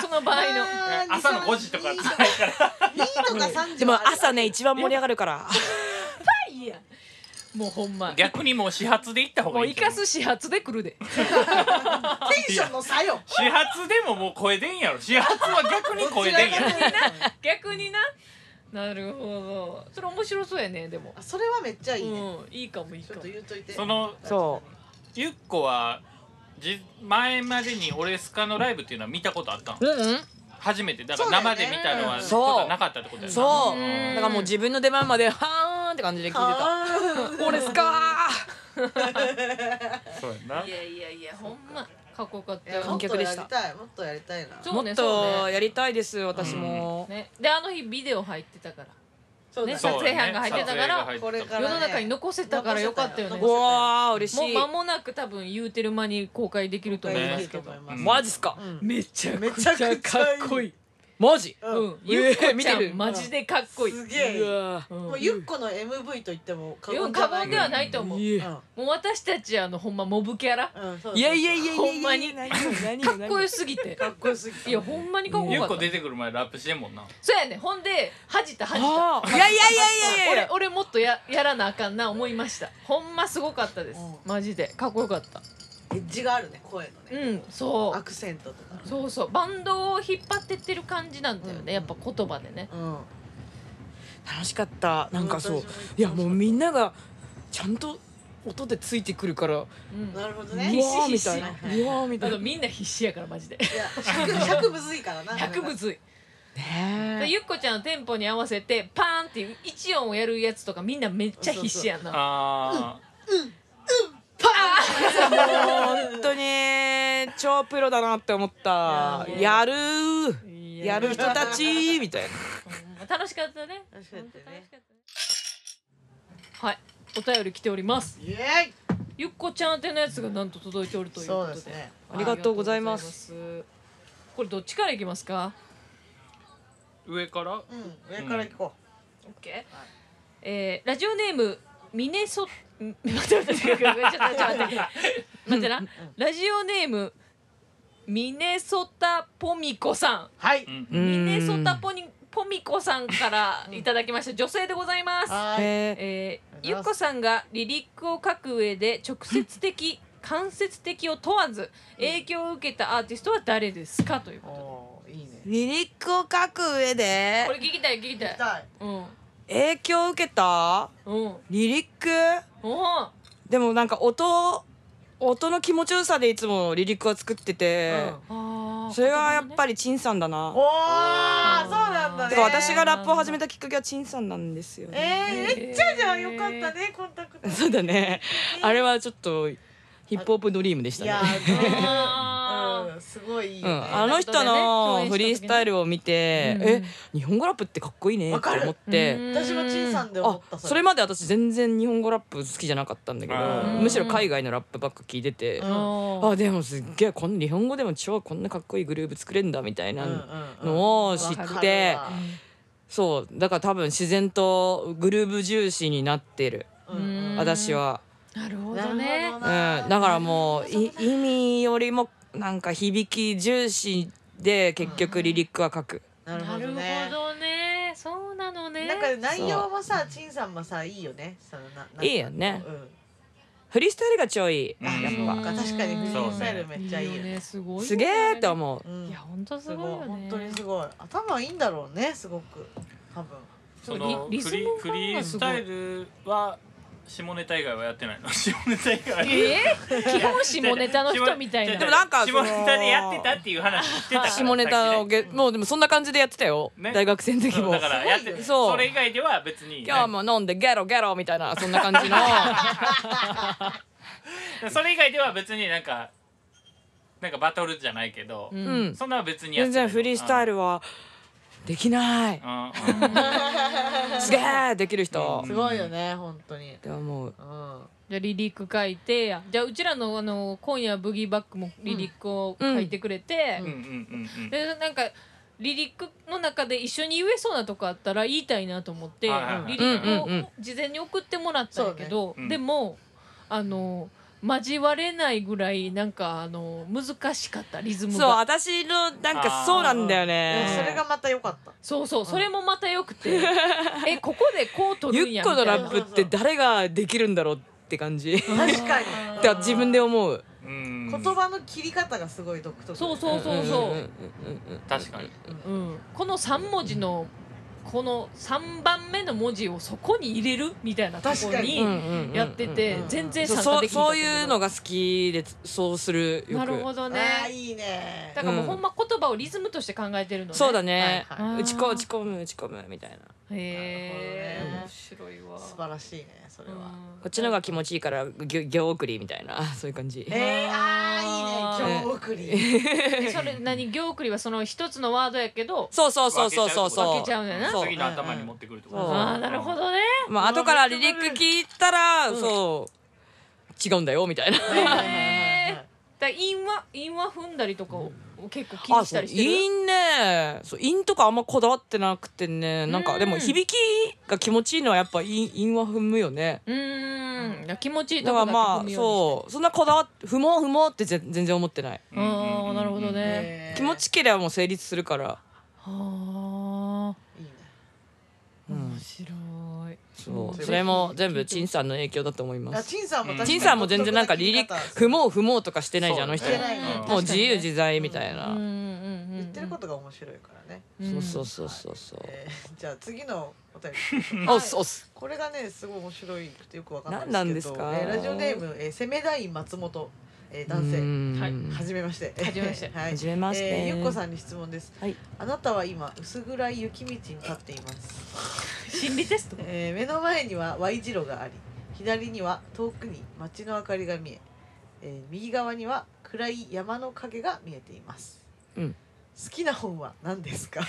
その場合の
あー
朝の
2
5時とか
2とか3時
でも朝ね一番盛
盛
り
り
上がるから
いやもうほんま
逆にもう始発で行った方
も
が
う
いい
生
と思
かす始発で来るで
テンションの差よ
始発でももう声出んやろ始発は逆に声出ん やろ
逆にななるほどそれ面白そうやねでも
あそれはめっちゃいいね
うんいいかもいい
ちょ
か
っ
も
と言うといて
その
そ
ゆっこはじ前までにオレスカのライブっていうのは見たことあったん
ううんうん
初めてだから
そうだ
生
よね
で見たのは
そう
ことはなかったってことやな
そう
うん
だからもう自分の出番まではーんって感じで聞いてた
あ
オレスカー
そうやない
やいやいやほんまかっこよか
ー
った
いやもっ
よ
観
と
客で
や
し
り
た
たいもっとやりたいな
そう
も
ね
っ
そう
と
ね
やりたいです私も
ねであの日ビデオ入ってたから
そうだ
ね
ね
そう
撮影班が入ってたから
撮影が入ってた
これか
世
らね
の中に残せたからよかったよね
う
残せ
わー嬉し
もう
い
間もなく多分言うてる間に公開できると思いま
い
す
い
け
と
ど
思います
マジっすか
めちゃ
めちゃくちゃいい
い
マジ
う
うん
んゆっこ
見
ち
て
ゃ
る
んマジでかっこいい
すげ
う
え
わ
うん
もうゆっこの MV と言っても過
う
言
ん
じゃ
過
ない
言ではないと思うも
いうや
う私たちあのほんまモブキャラか
んうんそうそう
いやいやいやいやいや
ほんまに
何よ何よ
っこよすぎて
かっこよすぎた
いやほんまにかっこ
ゆっ
よか
こ
った
出てくる前ラップしてんもんな
そうやねほんで恥じた恥じた
あーいやいやいやいやい
俺
や
俺もっとややらなあかんな思いましたほんますごかったです
うん
マジでかっこよかった
エッジがあるね声の
う
ね
んそ
ア
う
クセントとか
そうそうバンドを引っ張ってってる感じなんだよ
うん
ねやっぱ言葉でね
うん
楽しかったなんかそう
私も
いやもうみんながちゃんと音でついてくるからうわ
うん
なるほどね
ーみ
必死
たいなう
必
わ
死必死
ーみた
あ
い
と
な
みんな必死やからマジで
いや100 100むずいからな
100むずい
ねえ
ゆっこちゃんのテンポに合わせてパーンっていう一音をやるやつとかみんなめっちゃ必死やな
あ
パ
本当に超プロだなって思った
い
やるー
ーン
やる人たちみたいな
楽しかったね
楽しかったね
はいお便り来ております
イエイ
ゆっこちゃん宛てのやつがなんと届いておるということ
そう
で
ですね
ありがとうございます
ありがとうございますこれどっちからいきますか
ー上から
うん上から行こ
OK、えー、ラジオネームミネソん待って待って待って待って 待って待ってなラジオネームミネソタポミコさん
うはい
うん
うん
ミネソタポニポミコさんからいただきました女性でございます。
はーい
へー
えー
あり
ゆ
が
っ
とうございます
こさんがリリックを書く上で直接的間接的を問わず影響を受けたアーティストは誰ですかというこ
おーいいね
リリックを書く
とこ
上
れ
で
聞きたい聞きたい
痛い
うん
影響を受けた
うんうん
リリックでもなんか音音の気持ちよさでいつもリリックは作ってて、それはやっぱり陳さんだな
お。ーそうなんだ
て
ね
か私がラップを始めたきっかけは陳さんなんですよ、
えー、めっちゃじゃんよかったねコンタクト
そうだね。あれはちょっとヒップホップドリームでした
いや
ね。
ー
あ
うんすごいいいうよね
ん、あの人のフリースタイルを見て、
うん
え日本語ラップってかっこいいねって思って、
私もちんさんで思
あ
った
それまで私全然日本語ラップ好きじゃなかったんだけ
う
ど
ん
むしろ海外のラップばっか聞いてて、
うん
あでもすっげえこん日本語でも超こんなかっこいいグループ作れんだみたいなのを知
わ
っ
かる
て、
わ
そうだから多分自然とグルーブ重視になってる
うんうん
私は。
なるほ
なる
ど
ほど
ね
うん、だ
な
からもうい意味よりもなんか響き重視で結局リリックは書く、
なる
な
ほ
る
ど
ほ
ね
どねそうなのね
なんか内容もさちんさんもさいいよねそのななんか
いいよね
うん
フリースタイルが超いい、
うん
あそ
や
う
っ
か確かにフリースタイルめっちゃいいよ
いいよ
ね
ねすごいよ
ぱ
ね
すげえって思う
うん
いや本当す
す
ごい
ごい
よね
本当にすごい頭いいんだろうねすごく多分
そのフ
リ
リ
リズム
ーフ
感
リ
が
ー
す
ス
ごい
タイルは下ネタ以外はやってないの下ネタ以外は
えー、基本下ネタの人み たいな
でもなんかそ
下
の
ネタでやってたっていう話してたから
下ネタをげもうでもそんな感じでやってたよ、
ね
大学生の時
そう
も
だからやって
そう
それ以外では別に
今日も飲んでゲロゲロみたいなそんな感じの
それ以外では別になんかなんかバトルじゃないけど、
う
うん
ん
そんなは別にやっ
全
てない
然フリースタイルはできない
うんうんうん
すげえできる人
うん
すごいよね本当に
って思う
うん
じゃあリリック書いてやじゃあうちらのあの今夜ブギーバックもリリックを書いてくれて、
うんうんうんうん
でなんかリリックの中で一緒に言えそうなとこあったら言いたいなと思って、
はいはいはい
リリ
うんうんう
ッ
ん
クを事前に送ってもらったんやけど、
そうねうん
でもあの交われないぐらいなんかあの難しかったリズム
そう
が
私のなんかそうなんだよ
い
ね
やそれがまた良かった
そうそうそれもまたよくてえここでこう取るん
ゆ
や
っ
み
こ
た
の
いな
ラップって誰ができるんだろうって感じって
確かに
自分で思う
うん
言葉の切り方がすごい独特
そうそうそうそう、
んんうん
確かに
うん、この3文字のこの3番目の文字をそこに入れるみたいなとこ
確かに
うんう
に
んうん
やってて
うん
全然
そう
参
そ
加
う
できなか
そ
ったけど
ういうのが好きでそうするよ
な
く
るほどね
あーいいね
だからもううんほんま言葉をリズムとして考えてるのね
そうだね、
はい
はい
打ち込む打ち込む打ち込むみたいな
へ
なるほど
え
ね
面白いわ
素晴らしいねそれは、
うん
こっちの方が気持ちいいから行行送りみたいな そういう感じ
えー、あーいいね今日送り
えそれ何行送りはその一つのワードやけど
そうそうそうそうそう
分
そ
けちゃうんだよな
そう
次の頭に持ってくるってこと
そう
ああなるほどね
うまあ後からリリック聞いたら、そう違うんだよみたいな
へえだから韻は韻は踏んだりとかを結構気にしたりして
あそうい
る
いねそう韻とかあんまこだわってなくてねなん
う
か
ん
でも響きが気持ちいいのはやっぱ韻韻は踏むよね
うーんいや気持ちいい
だ
と
か
こ
ら
だけ踏
ま
むよ
あ
うにして
そうそんなこだわって踏もう踏もうってぜ全然思ってない
うんうんうんうん
ああなるほどね
えー
気持ちければもう成立するから
はあ
いいね
面白い。
そううんそれも全部陳さんの影響だと思いま
あ
す
陳さんも確かに
陳さんも全然なんかリリック踏もう踏もうとかしてないじゃんあの人
してないね
うん
もう自由自在みたい
うんう
なん
うんうん。
言ってることが面白いからね、
ん
そうそうそうそうそう
えー、じゃあ次のお便り
おっすおっす
これがねすごい面白いくてよくわかんない
何なん
で
ですす
けど
か
えーラジオネーム、えー、セメダイン松本、えー、男
う
性
ん
はい
はじめまして
はじめまして
はい
はじめまして
えーゆっこさんに質問です、
はい
あなたは今薄暗い雪道に立っています、
心理テスト。
えー、目の前には Y 字路があり左には遠くに街の明かりが見ええー右側には暗い山の影が見えています、
うん
好きな本は何です か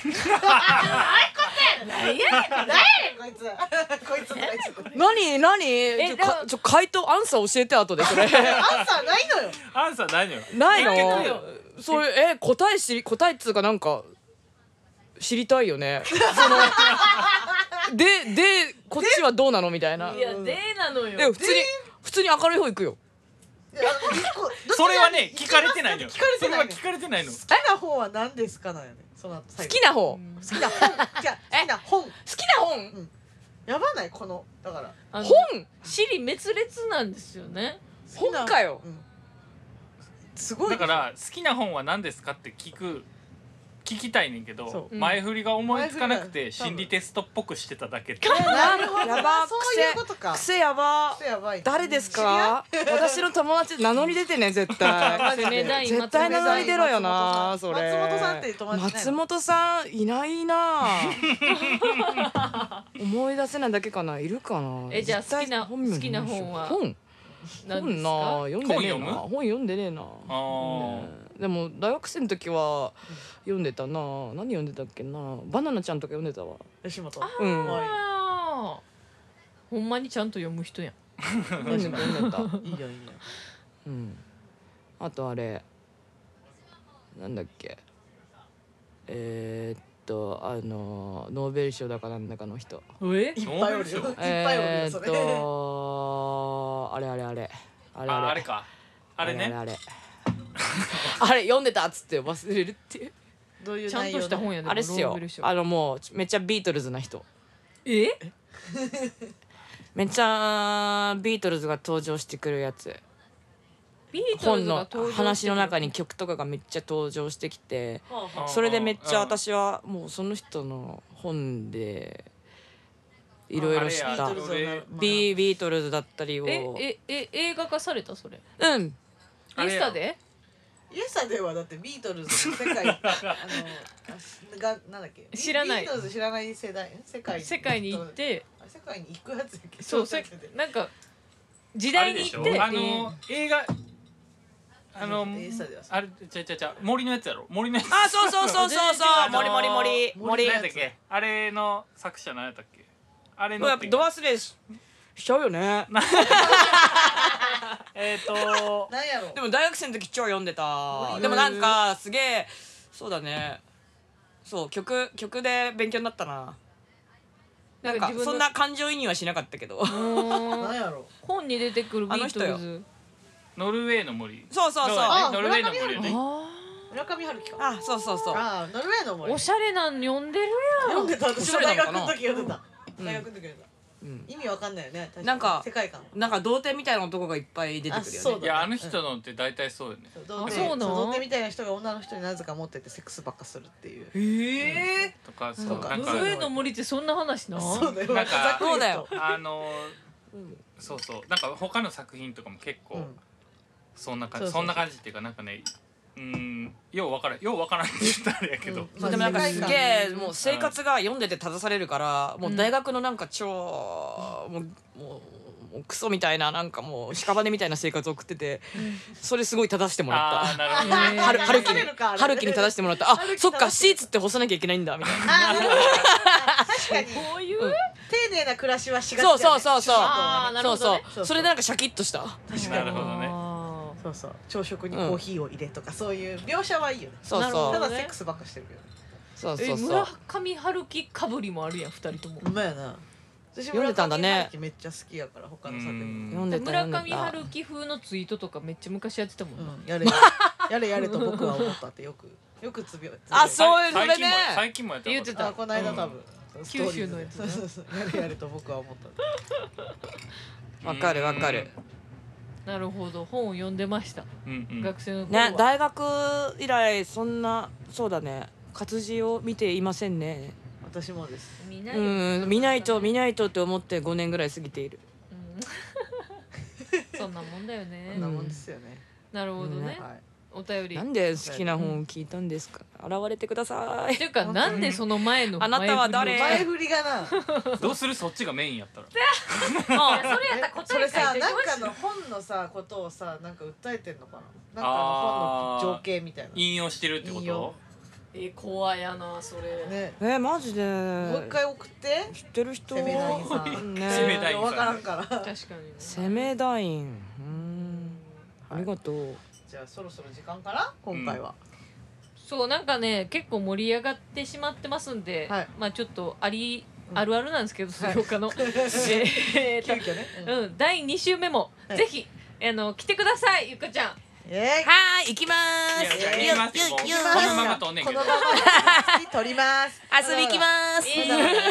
何や
こいつ こいつこいつこいつ
何何ちょ
でも
かちょ回答アンサー教えて後 でそれ
アンサーないのよ
アンサー何よ
ない
ないのよ
のそれえ答え知り答えっつうかなんか知りたいよ ねそのででこっちはどうなのみたいない
やでなの
で
よ
普。通に普通に明るい方行くよ
いやあの一個
それはね聞かれてないのよ
聞かれてない
それは聞かれてないの
好きな本は何ですかなんよねその
好
最後
きな方
うん
好きな本じゃあ好きな本
好きな本
やばないこのだから
あの
本
尻滅裂なんですよね。
好きな
本かよ
うんすごい
だから好きな本は何ですかって聞く聞きたいねんけど
そう
うん
前振りが思いつかなく
前振
て
りが
心理テストっぽくしてただけって
なるほど
やば
そういうことか
癖やば
癖やばい
誰ですか 私の友達名乗り出てね絶対
冷たい
絶対名乗り出ろよな
松
そ
本さん
れ
松本さんって友達いないの
松本さんいない な思い出せないだけかないるかな
えじゃあ
絶対
好きな
本名じゃい
好きな本は
本
なんです
本な
か
読んでねえ
本読
な
む
本読んでねえな
あー
うんでも大学生の時は読んでたな何読んでたっけなバナナちゃんとか読んでたわ
吉本
うん
は
あーほんまにちゃんと読む人やん
読んでた読んでた
いいよいいよ
うん、あとあれなんだっけえー、っとあのノーベル賞だかなんだかの人
え
いっぱいおるよいっぱいおるよ
えー、
そ
っ
れ
とあれあれあれあれ
ああれかあれ
あれ
ね
あれあれ読んでたっつって忘れるっていう
どういう
ちゃん
内容
とした本
や
やでも
あれっす
ロー
よ
ベル賞
あのもうめっちゃビートルズな人
え
めっちゃビートルズが登場してくるやつ
ビートル
本
ズが
の
登場してくる
話の中に曲とかがめっちゃ登場してきて
あ
それでめっちゃ
うん
私はもうその人の本でいろいろ知っ
あ
た
れや
ビービートルズだったりを
えええ映画化されたそれ
うん
あ
イン
れ
ス
や
タで
イエスタではだってビートルズの世界あのがなんだっけ
知らない
ビートルズ知らない世代世界
世界に行って
あ世界に行くやつだっけ
そう
小
せ
学生で
なんか時
あ
代
れで
に
し
行
ょ
って
あの映画あの
イエスタではそう
あれちゃうちゃうちゃう森のやつやろ森のやつ
あそうそうそうそう そ
あ
う
の
森
ー
森森森
何やったっけあれの作者何やったっけあれ
もうや
の
っぱド忘れししちゃうよね
えっ と
なんやろ
でも大学生の時超読んでた
森
でもなんかすげえそうだねそう曲曲で勉強になったななんか
自分の
そんな感情移入はしなかったけど
うーん
なんやろ
本に出てくるビ
あの
ー
人
ト
よ
ルズ
ノルウェーの森
そうそうそう
だからね
あ
ノルウェーの森
村上
よ
春
ね
村上春樹か
あそうそうそう
あノルウェーの森
おしゃれなん読んでるや
読ん
ん
でた私も大学の時読んでた大学の時読んで
うん
た意味わかんないよね確に
なんか
世界観
なんか童貞みたいな男がいっぱい出てくるよね
あそう
いやあの人のって大体そうよね
童
あそ
貞
うなの
童貞みたいな人が女の人になぜか持っててセックスばっかするっていう
へえ
とかそう
そうか
なん
ノ
か
ルウェーの森ってそんな話な
そうだよ
なんか
ざっくり言
そうだよ
と
あのそうそうなんか他の作品とかも結
う
構
ん
そんな
そ
感
う
じ
そう
そんな感じっていうかなんかねうーんようわからんようわからんって言ったらあれやけど
うん
でもなんかすげえもう生
世界観
活が読んでて正されるからもう大学のなんか超もうもうもうクソみたいななんかもう屍みたいな生活を送っててそれすごい正してもら
あ
っ
あなるほど
た
ね
へー
はるはる
正
きに
されるかあれ
はるきに正してもらったあ
春樹
そっか
正して
シーツって干さなきゃいけないんだみたいな
あーなるほど確かに
こういう
うん
丁寧な暮らしはしがちだ
そ
よ
う
ね
そうそうそう
あーなる
そ
ほ
う
どね
そ
そうそう
うそれでなんかシャキッとした
確か
な
に
るほどね
あ
そうそう朝食にコーヒーを入れとかそういう描写はいいよね
そう
なるほ
そ
た
う
ど
だセックスばっかしてるけど
そう
ー
そ
え
うそう
村上春樹かぶりもあるやん二人とも
うまいな私
読んでたんだね
村上春樹めっちゃ好きやから他の作品
読んでた
村
読んで
上
た
春樹風のツイートとかめっちゃ昔やってたもんな
うんやれやれやれと僕は思ったってよくよくつぶや
あそう
さい
そ
最
れね
近も最近もやってなか
言って
あこの間多分
九州のやつ
そうそうそうやれやれと僕は思ったって
わかるわかる
なるほど本を読んでました
うんうん
学生の頃は
ね大学以来そんなそうだね活字を見ていませんね
私もです
見ない
う
よ
ん見ないと見ないとって思って5年ぐらい過ぎている
うん そんなもんだよ
こ
ね
んなもんですよね
なるほどね
はい
お便り
な
っ
んで好きな本を聞いたんですか現れてください
ていうかなんでその前の
あなたは誰
前振りを
前振りがな
どうするそっちがメインやったら
あ
それやったら
そ
答え
れさ
書いて
なん
ほしい
かの本のさことをさなんか訴えてんのかななんかの本の情景みたいな
引用してるってこ
引用
と
え怖やなそれ
ね
えマジで
もう一回送って
知ってる人
攻め団員さん
攻め
ね
団員
わからんから
確かにね
攻め団員うんありがとう
じゃあそろそろ時間かな今回は、
そうなんかね結構盛り上がってしまってますんで、
はい
まあちょっとあり
うん
あるあるなんですけど
はい
水曜日の、え
急
ーっ
遽ね、うん
と、うん、第2週目も、
はい
ぜひあの来てくださいゆかちゃん
えい
はーい行きま
いやいや
ー
言いますよもうこ
行き
のままとんねん
こ
け
の
ど
まま取ります
す遊び行きます
まだまだ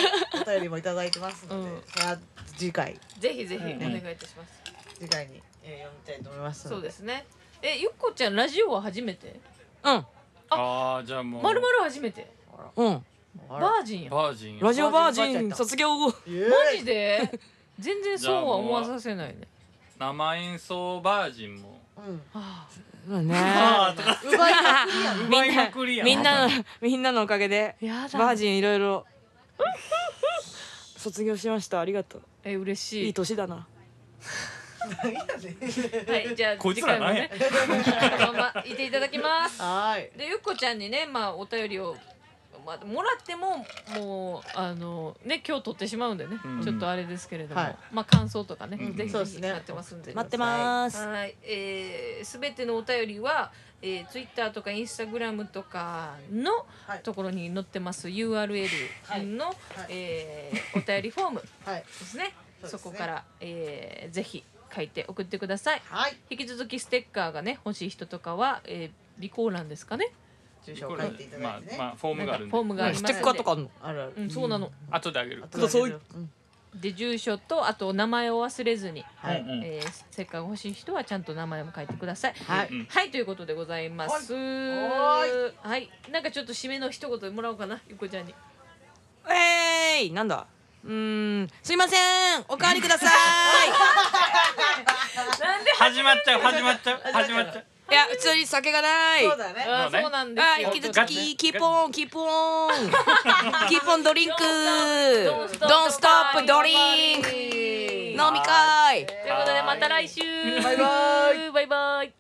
お便りもいただいてますので、
うん
まあ次回
ぜひぜひお
うん
願いいたします、
次回に、えー読みたいと思いますの
そう
で
ですねえゆっこちゃんラジオは初めて
うん
ああじゃあもう
まるまる初めて
うん
あら
バージンや
バージンや
ラジオバー
バージ
ジ
ン
ン卒業後
イエーイ
マジで全然そうは思わさせないね
生演奏バージンも
うん
はあ
そ うね
ああとか
奪い合いやん
み
奪い
ん
ま
な
くりや
みんなのみんなのおかげで
やだ
バージンいろい ろ卒業しましたありがとう
え嬉しい
いい年だな
何やねん
はいじゃあ
こいつらなんや
次回もねこのままいていただきます
はーい
でゆっこちゃんにねまあお便りを、まあ、もらってももうあのね今日撮ってしまうんでね、
うん
ちょっとあれですけれども、
はい
まあ感想とかね、
うん
ぜひ
そう
ぜ
です
ひ
ね
待ってますんで
待ってます
はいえー、全てのお便りは、えー、Twitter とか Instagram とかの
はい
ところに載ってます URL の、
はい
えーお便りフォームで
はい
すね
そうです
そ
ね
こから、えー、ぜひ書いて送ってください
はい
引き続きステッカーがね欲しい人とかは、えー、備考欄ですかね
住所を書いていただいてね、
まあまあフォームがあるんで
フォームがありま
ス
す
テッカーとかあんの
あ、るある
うん、そうなの。
後であげる
あと
そうい
うん
で、住所と、あとお名前を忘れずに。
は
うん
い
うん
えー、せっかく欲しい人はちゃんと名前も書いてください。
はい
うん
はい、ということでございます。
は
はい、なんかちょっと締めの一言もらおうかな、ゆっこちゃんに。
えーいなんだうーんすいませんおかわりく ださ
なんで。
始まっちゃう始まっちゃう始まっちゃう
いいや普通に酒がない
そうだね
あー、
そうね
そうなんです
あ
よ。
引き
ガ
続
チね
きキープオンキープ オンキープオンドリンク
Don't stop
ドンストップドリンク
Nobody
飲み会
ということで、また来週。バ
イバイ。
バイバイ。